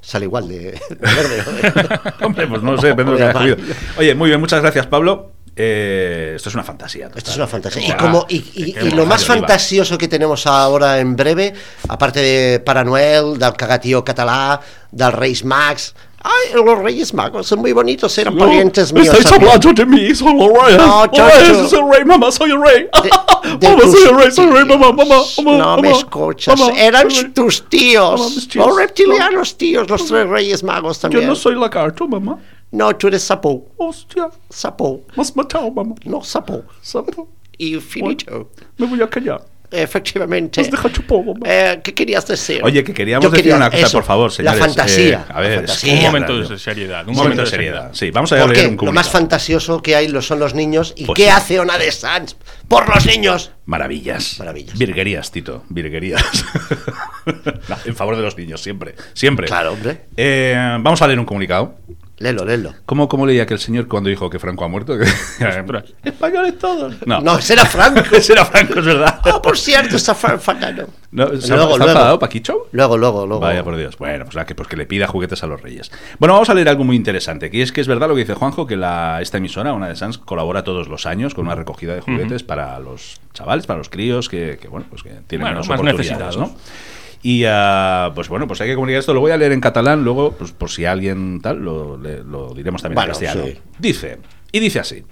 Speaker 1: sale igual de, de verde.
Speaker 5: [LAUGHS]
Speaker 1: ¿no?
Speaker 3: [LAUGHS] Hombre, pues no lo sé, depende de lo que
Speaker 1: Joder,
Speaker 3: hayas comido. Oye, muy bien, muchas gracias, Pablo. Eh, esto es una fantasía. total.
Speaker 1: Esto es una fantasía. Y,
Speaker 3: Ojalá.
Speaker 1: como, y, y-
Speaker 3: Qué
Speaker 1: y lo
Speaker 3: maravilla.
Speaker 1: más fantasioso que tenemos ahora en breve, aparte de Para Noel, del cagatió catalá, del Reis Max. Ay, los Reyes Magos son muy bonitos, eran parientes
Speaker 5: Me
Speaker 1: míos.
Speaker 5: estáis
Speaker 1: también.
Speaker 5: hablando de mí, son los reyes.
Speaker 1: No,
Speaker 5: Los reyes,
Speaker 1: chacho.
Speaker 5: es el rey, mamá, soy el rey. [LAUGHS]
Speaker 3: [LAUGHS]
Speaker 1: de
Speaker 5: mamá, soy
Speaker 1: tus
Speaker 5: el rey, soy el rey, mamá, mamá. mamá,
Speaker 1: no me
Speaker 5: mamá,
Speaker 1: escuchas.
Speaker 5: mamá,
Speaker 1: Eran
Speaker 5: soy el rey.
Speaker 1: tus
Speaker 5: Mamá,
Speaker 1: tíos.
Speaker 5: mis tíos.
Speaker 1: Los reptilianos tíos, los tres Reyes Magos
Speaker 5: Yo
Speaker 1: también.
Speaker 5: no soy lagarto, mamá.
Speaker 1: No, tú eres sapo.
Speaker 5: Hostia,
Speaker 1: Sapo.
Speaker 5: me has matado, mamá.
Speaker 1: No, sapo.
Speaker 5: Sapo,
Speaker 1: Y finito.
Speaker 5: me voy a callar.
Speaker 1: Efectivamente.
Speaker 5: Me has dejado chupado, mamá.
Speaker 1: Eh, ¿Qué querías decir?
Speaker 3: Oye, que queríamos
Speaker 1: Yo
Speaker 3: decir
Speaker 1: quería
Speaker 3: una cosa,
Speaker 1: eso,
Speaker 3: por favor, señores.
Speaker 1: La fantasía.
Speaker 3: Eh, a ver,
Speaker 1: la
Speaker 3: es
Speaker 1: fantasía.
Speaker 2: Un momento
Speaker 3: hablando.
Speaker 2: de seriedad. Un,
Speaker 3: Un momento de seriedad. Sí, vamos a
Speaker 1: Porque
Speaker 3: leer un
Speaker 1: lo
Speaker 3: comunicado.
Speaker 1: más fantasioso que hay lo son los niños. ¿Y
Speaker 3: Pues
Speaker 1: qué
Speaker 3: sí.
Speaker 1: hace Ona de Sanz por los niños?
Speaker 3: Maravillas.
Speaker 1: Maravillas.
Speaker 3: Virguerías, Tito. Virguerías.
Speaker 1: [LAUGHS]
Speaker 3: No, en favor de los niños, siempre. Siempre.
Speaker 1: Claro, hombre.
Speaker 3: Eh, vamos a leer un comunicado.
Speaker 1: Lelo, lelo.
Speaker 3: [LAUGHS] ¿Cómo, cómo leía aquel señor cuando dijo que Franco ha muerto? [LAUGHS]
Speaker 2: Ostras.
Speaker 3: Españoles todos. No.
Speaker 1: No, será Franco.
Speaker 3: [LAUGHS] Ese era Franco, es verdad.
Speaker 1: Ah, por cierto, está Fran- Fernando.
Speaker 3: No, ¿Se ha-
Speaker 1: Luego,
Speaker 3: se ha
Speaker 1: luego.
Speaker 3: enfadado Paquicho?
Speaker 1: Luego, luego, luego.
Speaker 3: Vaya por Dios. Bueno, pues, la que, pues que le pida juguetes a los reyes. Bueno, vamos a leer algo muy interesante, que es que es verdad lo que dice Juanjo, que la, esta emisora, una de Sans, colabora todos los años con una recogida de juguetes para los chavales, para los críos, que, que, bueno, pues que tienen
Speaker 2: Bueno,
Speaker 3: menos
Speaker 2: más
Speaker 3: oportunidades, ¿no?
Speaker 2: necesitados.
Speaker 3: Y ah, pues bueno, pues hay que comunicar esto. Lo voy a leer en catalán, luego, pues por si alguien tal, lo, le- lo diremos también
Speaker 1: Bueno,
Speaker 3: en castellano.
Speaker 1: sí.
Speaker 3: Dice, y dice así.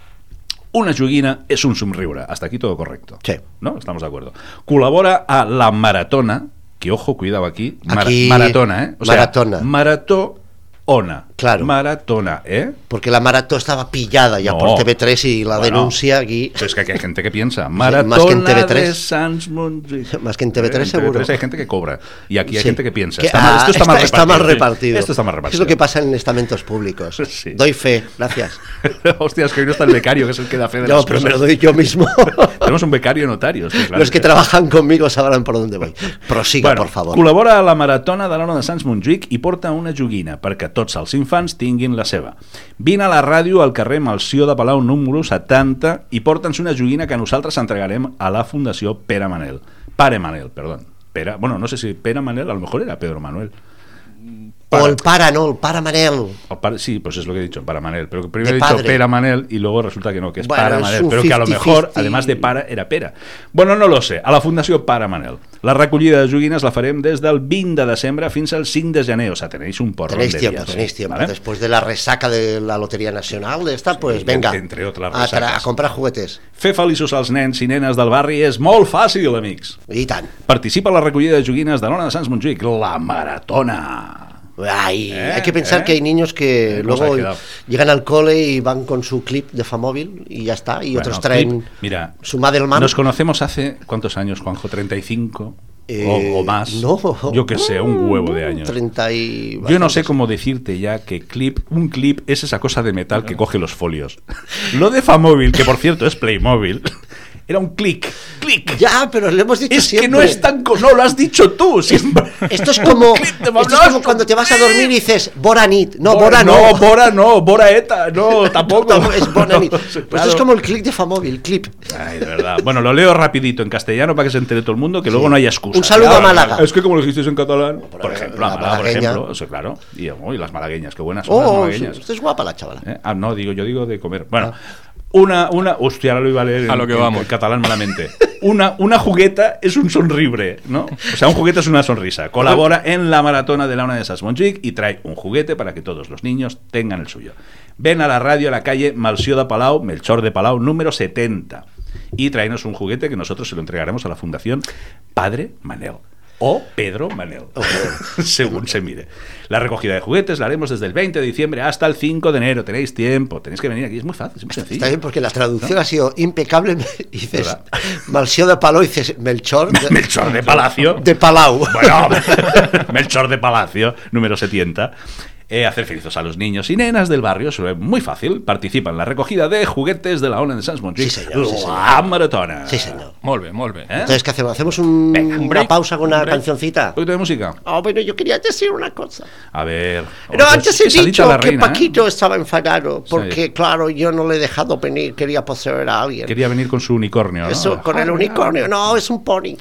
Speaker 3: Una joguina es un somriure. Hasta aquí todo correcto.
Speaker 1: Sí.
Speaker 3: ¿No? Estamos de acuerdo. Colabora a La Maratona, que ojo, cuidado aquí. mara-
Speaker 1: Aquí-
Speaker 3: maratona, ¿eh? O sea,
Speaker 1: Maratona.
Speaker 3: maratona.
Speaker 1: Claro.
Speaker 3: Maratona, ¿eh?
Speaker 1: Porque la maratón estaba pillada ya por
Speaker 3: No.
Speaker 1: TV3 y la
Speaker 3: Bueno.
Speaker 1: denuncia aquí.
Speaker 3: Pero es que aquí hay gente que
Speaker 1: [LAUGHS]
Speaker 3: piensa.
Speaker 1: en
Speaker 3: Maratona
Speaker 1: TV3.
Speaker 3: de Sans Montjuïc.
Speaker 1: Más que en TV3
Speaker 3: Eh,
Speaker 1: seguro.
Speaker 3: hay gente que cobra. Y aquí hay
Speaker 1: Sí.
Speaker 3: gente que piensa.
Speaker 1: Que,
Speaker 3: está mal-
Speaker 1: ah,
Speaker 3: esto está, mal repartido.
Speaker 1: repartido.
Speaker 3: Esto está mal
Speaker 1: Es
Speaker 3: repartido.
Speaker 1: lo que pasa en estamentos públicos.
Speaker 3: [LAUGHS] Sí.
Speaker 1: Doy fe, gracias.
Speaker 3: [LAUGHS] Hostias, que hoy no está el becario, que es el que da fe de
Speaker 1: No,
Speaker 3: las
Speaker 1: pero
Speaker 3: cosas.
Speaker 1: me lo doy yo
Speaker 3: [LAUGHS]
Speaker 1: mismo.
Speaker 3: Tenemos un becario notario. es que
Speaker 1: [LAUGHS]
Speaker 3: claro,
Speaker 1: Los que
Speaker 3: es
Speaker 1: trabajan conmigo sabrán por dónde voy. Prosiga,
Speaker 3: Bueno,
Speaker 1: por favor.
Speaker 3: col·labora a la Maratona de l'Ona de Sants Montjuïc i porta una joguina perquè tots els infants tinguin la seva. Vine a la ràdio al carrer Malció de Palau número 70 i porta'ns una joguina que nosaltres entregarem a la Fundació Pere Manel. Pare Manel, perdó. Pere, bueno, no sé si Pere Manel, a lo mejor era Pedro Manuel.
Speaker 1: O el para, no, el para Manel.
Speaker 3: O pare- sí, pues es lo que he dicho, para Manel. Pero que primero
Speaker 1: De
Speaker 3: he dicho
Speaker 1: padre.
Speaker 3: Pera Manel y luego resulta que no, que es
Speaker 1: Bueno,
Speaker 3: para
Speaker 1: es
Speaker 3: Manel.
Speaker 1: un
Speaker 3: Pero que a lo
Speaker 1: 50-50.
Speaker 3: mejor, además de para, era pera. Bueno, no lo sé. A la Fundació Para Manel. La recollida de joguines la farem des del 20 de desembre fins al 5 de gener. O sea, tenéis un porrón
Speaker 1: Tenéis
Speaker 3: de
Speaker 1: tiempo,
Speaker 3: días,
Speaker 1: tenéis tiempo.
Speaker 3: ¿vale?
Speaker 1: Después de la resaca de la Lotería Nacional, de esta, pues venga.
Speaker 3: entre otras
Speaker 1: a, tra-
Speaker 3: resacas.
Speaker 1: a comprar juguetes.
Speaker 3: Fer feliços als nens i nenes del barri és molt fàcil, amics.
Speaker 1: Y tan.
Speaker 3: Participa a la recollida de joguines de l'Ona de Sants Montjuïc, la Maratona.
Speaker 1: Ay,
Speaker 3: Eh,
Speaker 1: Hay que pensar
Speaker 3: eh.
Speaker 1: que hay niños que
Speaker 3: Eh, nos ha
Speaker 1: luego
Speaker 3: quedado.
Speaker 1: llegan al cole y van con su clip de Famóvil y ya está. Y otros
Speaker 3: Bueno,
Speaker 1: traen
Speaker 3: Clip, mira,
Speaker 1: su Madelman.
Speaker 3: Nos conocemos hace cuántos años, Juanjo, 35
Speaker 1: Eh,
Speaker 3: o, o más.
Speaker 1: no.
Speaker 3: Yo que sé, un huevo de años.
Speaker 1: 30 y
Speaker 3: Yo no sé
Speaker 1: bastantes.
Speaker 3: cómo decirte ya que clip, un clip es esa cosa de metal que coge los folios. Lo de Famóvil, que por cierto es Playmobil, era un clic, clic.
Speaker 1: Ya, pero lo hemos dicho
Speaker 3: es
Speaker 1: siempre.
Speaker 3: que no es tan co- no lo has dicho tú [LAUGHS] siempre.
Speaker 1: Esto es como,
Speaker 3: [LAUGHS] Un clip de
Speaker 1: esto es
Speaker 3: Pablo
Speaker 1: como cuando te vas a dormir y dices Boranit. No, Bora,
Speaker 3: Bora, no,
Speaker 1: no. [LAUGHS]
Speaker 3: Bora no, Bora ETA, no, tampoco.
Speaker 1: Tampoco es Boranit.
Speaker 3: [LAUGHS] No,
Speaker 1: Pues esto
Speaker 3: claro.
Speaker 1: es como el clip de Famóvil, clip.
Speaker 3: Ay, de verdad. Bueno, lo leo rapidito en castellano para que se entere todo el mundo, que luego no haya excusa.
Speaker 1: Un saludo a Málaga.
Speaker 3: Es que como lo hicisteis en catalán, por
Speaker 1: la-
Speaker 3: ejemplo, a
Speaker 1: la
Speaker 3: Málaga, por
Speaker 1: malagueña.
Speaker 3: ejemplo, eso, claro. Y, uy, las malagueñas, qué buenas son las
Speaker 1: Oh, Ah.
Speaker 3: malagueñas.
Speaker 1: usted es guapa la chavala.
Speaker 3: ¿Eh? Ah, no, digo, yo digo de comer. Bueno, una, una, hostia, ahora lo iba a leer en-
Speaker 2: A lo que
Speaker 3: en-
Speaker 2: vamos.
Speaker 3: en catalán malamente. Una, una jugueta es un sonribre, ¿no? O sea, un juguete es una sonrisa. Colabora en la maratona de la una de Sasmonjic y trae un juguete para que todos los niños tengan el suyo. Ven a la radio a la calle Malsió de Palau, Melchor de Palau, número 70. Y tráenos un juguete que nosotros se lo entregaremos a la Fundación Padre Manel. o Pedro Manel, [LAUGHS] según se mire. La recogida de juguetes la haremos desde el 20 de diciembre hasta el 5 de enero. Tenéis tiempo, tenéis que venir aquí, es muy fácil, es muy sencillo.
Speaker 1: Está bien porque la traducción ha sido impecable. [LAUGHS] Y dices,
Speaker 3: ¿Verdad?
Speaker 1: Malseo de Palau, y dices,
Speaker 3: [LAUGHS]
Speaker 1: Melchor de,
Speaker 3: Melchor de Palacio.
Speaker 1: de Palau.
Speaker 3: Bueno, [LAUGHS] Melchor de Palacio, número 70. Eh, hacer felizos a los niños y nenas del barrio es muy fácil. Participa en la recogida de juguetes de la ONU de Sans Montjuïc.
Speaker 1: Sí, señor, sí, señor.
Speaker 3: La Ah, maratona.
Speaker 1: Sí, señor.
Speaker 2: Molt bé, molt bé.
Speaker 3: Eh?
Speaker 1: Entonces, ¿qué hacemos? ¿Hacemos un-
Speaker 3: Venga, un
Speaker 1: una
Speaker 2: break,
Speaker 1: pausa con
Speaker 2: un
Speaker 1: una
Speaker 2: break.
Speaker 1: cancioncita?
Speaker 3: Poquito de música.
Speaker 1: Ah, bueno, yo quería decir una cosa.
Speaker 3: A ver.
Speaker 1: Pero
Speaker 3: Ostras,
Speaker 1: antes he
Speaker 3: qué salita
Speaker 1: dicho
Speaker 3: la
Speaker 1: que
Speaker 3: reina, ¿eh?
Speaker 1: Paquito estaba enfadado porque,
Speaker 3: Sí.
Speaker 1: claro, yo no le he dejado venir, quería poseer a alguien.
Speaker 3: Quería venir con su unicornio. ¿no?
Speaker 1: Eso, con el
Speaker 3: Joder,
Speaker 1: unicornio. No, es un pony.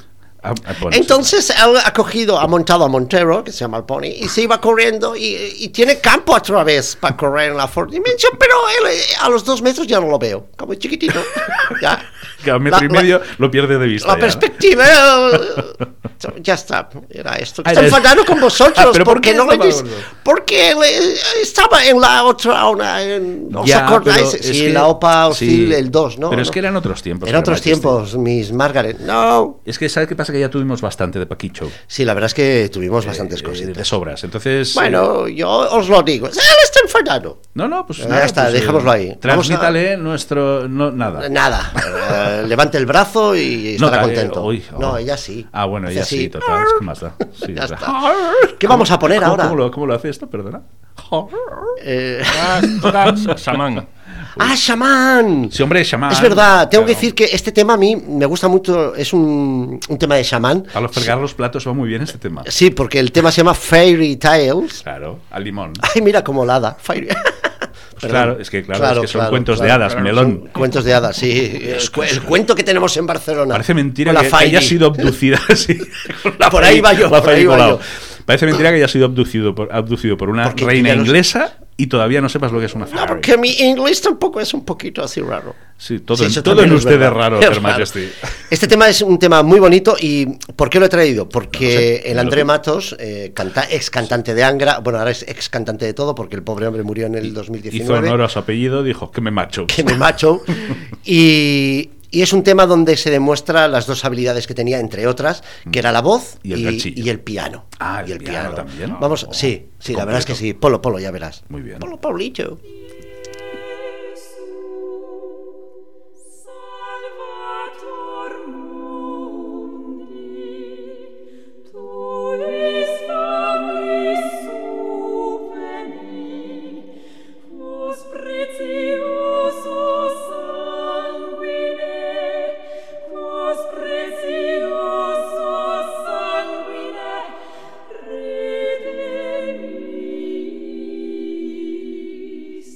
Speaker 3: ah, ah, bueno,
Speaker 1: Entonces él ha cogido, ha montado a Montero, que se llama el pony, y se iba corriendo y, y tiene campo a través para correr en la Ford Dimension, pero él eh, a los dos metros ya no lo veo, como chiquitito. [LAUGHS] Ya.
Speaker 3: Que a metro
Speaker 1: La-
Speaker 3: y
Speaker 1: la-
Speaker 3: medio lo pierde de vista.
Speaker 1: La
Speaker 3: ya, ¿no?
Speaker 1: perspectiva. eh,
Speaker 3: [LAUGHS]
Speaker 1: ya está. Era esto.
Speaker 3: Ah,
Speaker 1: Está
Speaker 3: era-
Speaker 1: enfadado con
Speaker 3: Ah,
Speaker 1: vosotros.
Speaker 3: pero ¿por
Speaker 1: porque
Speaker 3: qué
Speaker 1: no le
Speaker 3: estaba
Speaker 1: dis-
Speaker 3: gordo?
Speaker 1: Porque le- estaba en la otra. Una, en- ¿Os
Speaker 3: Ya,
Speaker 1: acordáis?
Speaker 3: pero
Speaker 1: Sí,
Speaker 3: es que-
Speaker 1: la OPA
Speaker 3: sí.
Speaker 1: Ocil, el 2, ¿no?
Speaker 3: Pero es
Speaker 1: ¿no?
Speaker 3: que eran otros tiempos.
Speaker 1: Eran otros
Speaker 3: Caravaggio, este.
Speaker 1: tiempos, mis Margaret. No.
Speaker 3: Es que, ¿sabes qué pasa? Que ya tuvimos bastante de Paquicho.
Speaker 1: Sí, la verdad es que tuvimos bastantes
Speaker 3: eh,
Speaker 1: cositas.
Speaker 3: De sobras. Entonces. eh,
Speaker 1: Bueno, yo os lo digo. Él está enfadado.
Speaker 3: no, no, pues.
Speaker 1: ya está, dejémoslo ahí. Vamos
Speaker 3: Transmítale nuestro. No, nada.
Speaker 1: Nada. Eh, levante el brazo y
Speaker 3: Ah. No,
Speaker 1: estará
Speaker 3: eh,
Speaker 1: contento.
Speaker 3: uy, oh.
Speaker 1: No, ella sí.
Speaker 3: Ah, bueno,
Speaker 1: Hace
Speaker 3: ella
Speaker 1: así.
Speaker 3: sí, total. Es que más da. Sí,
Speaker 1: Ya
Speaker 3: ¿verdad?
Speaker 1: está. ¿Qué vamos a poner
Speaker 3: ¿Cómo-
Speaker 1: ahora?
Speaker 3: ¿Cómo lo, cómo lo hace esto? Perdona.
Speaker 1: Eh,
Speaker 3: Ah,
Speaker 2: Hashtag Saman.
Speaker 1: [LAUGHS] ah, chamán.
Speaker 3: Sí, hombre, chamán.
Speaker 1: Es verdad, tengo que
Speaker 3: Claro.
Speaker 1: decir que este tema a mí me gusta mucho, es un, un tema de chamán.
Speaker 3: Para los fregar los platos va muy bien este tema.
Speaker 1: Sí, porque el tema se llama Fairy Tales.
Speaker 3: Claro, al limón.
Speaker 1: Ay, mira cómo lada. Fairy. [LAUGHS] Perdón.
Speaker 3: claro, es que claro, es que son
Speaker 1: claro,
Speaker 3: cuentos de
Speaker 1: claro.
Speaker 3: hadas,
Speaker 2: claro,
Speaker 3: melón.
Speaker 1: Cuentos de hadas, sí. Es cu- el cuento que tenemos en Barcelona.
Speaker 3: Parece mentira
Speaker 1: Con la
Speaker 3: que, que haya
Speaker 1: Fairy.
Speaker 3: sido [LAUGHS] obducida así. con la
Speaker 1: Por
Speaker 3: Fairy-
Speaker 1: ahí va yo,
Speaker 3: la
Speaker 1: por
Speaker 3: Fairy
Speaker 1: ahí va
Speaker 3: Colau.
Speaker 1: yo.
Speaker 3: Parece mentira que haya sido abducido por, abducido por una
Speaker 1: Porque tú
Speaker 3: reina
Speaker 1: ya no-
Speaker 3: inglesa y todavía no sepas lo que es una
Speaker 1: No,
Speaker 3: fairy.
Speaker 1: porque mi inglés tampoco es un poquito así raro.
Speaker 3: Sí, todo,
Speaker 1: Sí,
Speaker 3: en-
Speaker 1: eso
Speaker 3: todo
Speaker 1: también
Speaker 3: en
Speaker 1: es
Speaker 3: usted es
Speaker 1: verdad. [LAUGHS]
Speaker 3: raro,
Speaker 1: Es
Speaker 3: Her Majesty.
Speaker 1: Este tema es un tema muy bonito y ¿por qué lo he traído? Porque
Speaker 3: No sé,
Speaker 1: el
Speaker 3: no
Speaker 1: André
Speaker 3: sé.
Speaker 1: Matos, eh, canta- ex cantante de Angra, bueno, ahora es ex cantante de todo porque el pobre hombre murió en el
Speaker 3: Hizo
Speaker 1: 2019,
Speaker 3: honor a su apellido, dijo que me macho.
Speaker 1: que me
Speaker 3: [LAUGHS]
Speaker 1: macho, y, y es un tema donde se demuestra las dos habilidades que tenía, entre otras, que era la voz
Speaker 3: Y el ganchillo.
Speaker 1: y el piano.
Speaker 3: Ah, el
Speaker 1: Y
Speaker 3: piano también.
Speaker 1: Vamos,
Speaker 3: Oh,
Speaker 1: sí, sí, la verdad es que
Speaker 3: completo.
Speaker 1: sí. Polo, polo, ya verás.
Speaker 3: Muy bien.
Speaker 1: Polo, Paulillo.
Speaker 6: Salvator mundi, tu is fabris supeni, quos preciosus sanguine, quos preciosus sanguine redemis.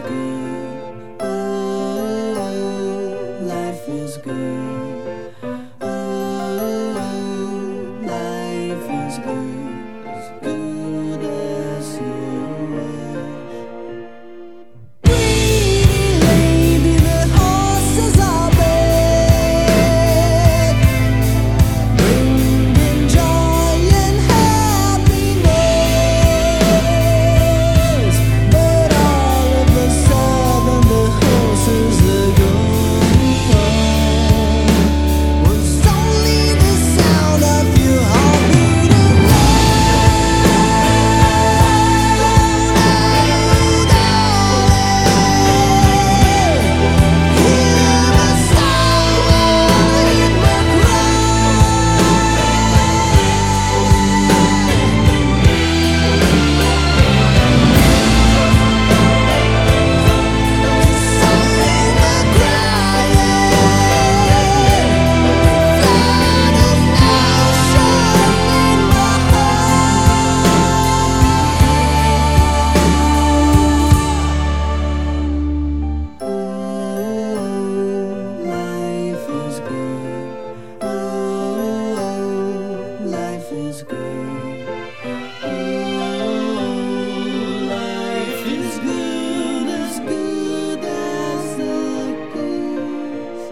Speaker 4: good. Oh, life is good. Oh, life is good. As good as you wish. Pretty lady, the horses are back, bringing joy and happiness. But all of a sudden, the horses are gone. Was only the sound of your heartbeat Life is good. Oh, life is good. Oh, life is good, as good as it is.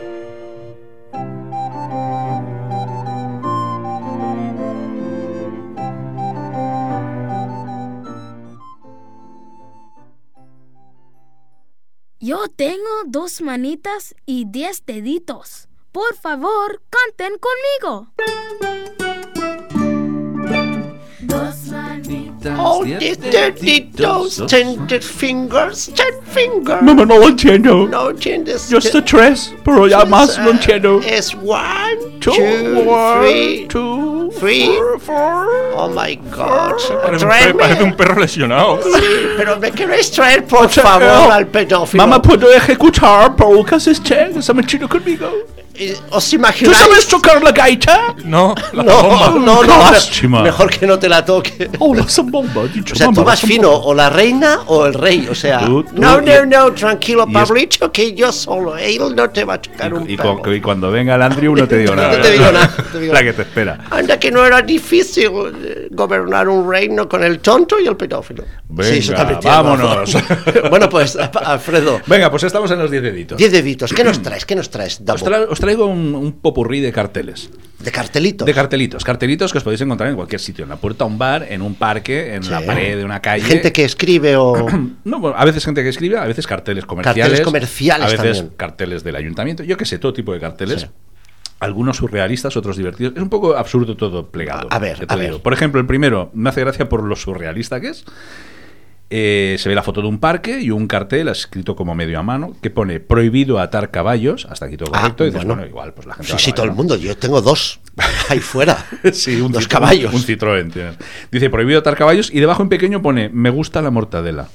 Speaker 7: Yo tengo dos manitas y diez deditos. Por favor, canten conmigo. Dos manitas.
Speaker 1: All these dirty toes, tender fingers, ten fingers.
Speaker 8: Mamá, no lo entiendo.
Speaker 1: No entiendes.
Speaker 8: Yo sé tres, pero ya más no entiendo.
Speaker 1: Es one, Eh, two,
Speaker 8: Two,
Speaker 1: three.
Speaker 8: one, two,
Speaker 1: three.
Speaker 8: four, four.
Speaker 1: Oh my god.
Speaker 2: Parece un,
Speaker 1: Traedme-
Speaker 2: perro, parece un perro lesionado.
Speaker 1: Pero me queréis traer, por favor,
Speaker 3: eh,
Speaker 1: al pedófilo.
Speaker 8: Mamá, puedo ejecutar, pero ¿qué haces usted? ¿Está metido conmigo?
Speaker 1: Eh, ¿Os
Speaker 8: ¿Tú
Speaker 1: imagináis?
Speaker 8: sabes tocar la gaita?
Speaker 2: No, la
Speaker 1: No,
Speaker 2: bomba.
Speaker 1: no, no.
Speaker 3: Lástima.
Speaker 1: Mejor que no te la toque.
Speaker 8: Oh, la zambomba, dicho
Speaker 1: O sea,
Speaker 8: mamá,
Speaker 1: tú
Speaker 8: la
Speaker 1: más fino, o la reina o el rey, o sea...
Speaker 3: Tú- tú
Speaker 1: no,
Speaker 3: y-
Speaker 1: no, no, tranquilo,
Speaker 3: y es-
Speaker 1: Pablito, que yo solo, él no te va a tocar un
Speaker 3: Y,
Speaker 1: pelo.
Speaker 3: cu- y cuando venga el Andrew no te
Speaker 1: [LAUGHS]
Speaker 3: digo
Speaker 1: No
Speaker 3: nada.
Speaker 1: te digo nada, no te digo
Speaker 3: La
Speaker 1: nada.
Speaker 3: que te espera.
Speaker 1: Anda que no era difícil eh, gobernar un reino con el tonto y el pedófilo.
Speaker 3: Venga,
Speaker 1: eso también tiene
Speaker 3: vámonos. [LAUGHS]
Speaker 1: razón. bueno, pues, a- Alfredo,
Speaker 3: Venga, pues estamos en los 10 deditos.
Speaker 1: diez deditos, ¿qué nos traes? ¿Qué nos traes, Davo?
Speaker 3: Os, tra- os traigo un, un popurrí de carteles.
Speaker 1: De cartelitos.
Speaker 3: De cartelitos. Cartelitos que os podéis encontrar en cualquier sitio. En la puerta de un bar, en un parque, en
Speaker 1: Sí.
Speaker 3: la pared de una calle.
Speaker 1: Gente que escribe o...
Speaker 3: No, bueno, a veces gente que escribe, a veces carteles comerciales.
Speaker 1: Carteles comerciales
Speaker 3: A veces
Speaker 1: también.
Speaker 3: carteles del ayuntamiento. Yo que sé, todo tipo de carteles.
Speaker 1: Sí.
Speaker 3: Algunos surrealistas, otros divertidos. Es un poco absurdo todo plegado.
Speaker 1: A- a ver,
Speaker 3: ya te
Speaker 1: a ver.
Speaker 3: digo. Por ejemplo, el primero me hace gracia por lo surrealista que es. Eh, se ve la foto de un parque y un cartel escrito como medio a mano que pone prohibido atar caballos. Hasta aquí todo
Speaker 1: Ah,
Speaker 3: [CLEARS THROAT] correcto. y dices,
Speaker 1: bueno.
Speaker 3: bueno, igual, pues la gente.
Speaker 1: Sí,
Speaker 3: va a
Speaker 1: sí,
Speaker 3: caballo,
Speaker 1: todo el
Speaker 3: ¿no?
Speaker 1: mundo, yo tengo dos ahí fuera.
Speaker 3: [LAUGHS] Sí, un
Speaker 1: dos
Speaker 3: Citroën,
Speaker 1: caballos.
Speaker 3: Un
Speaker 1: [LAUGHS]
Speaker 3: Citroën, tienes. Dice prohibido atar caballos y debajo en pequeño pone me gusta
Speaker 1: [LAUGHS]
Speaker 3: la mortadela.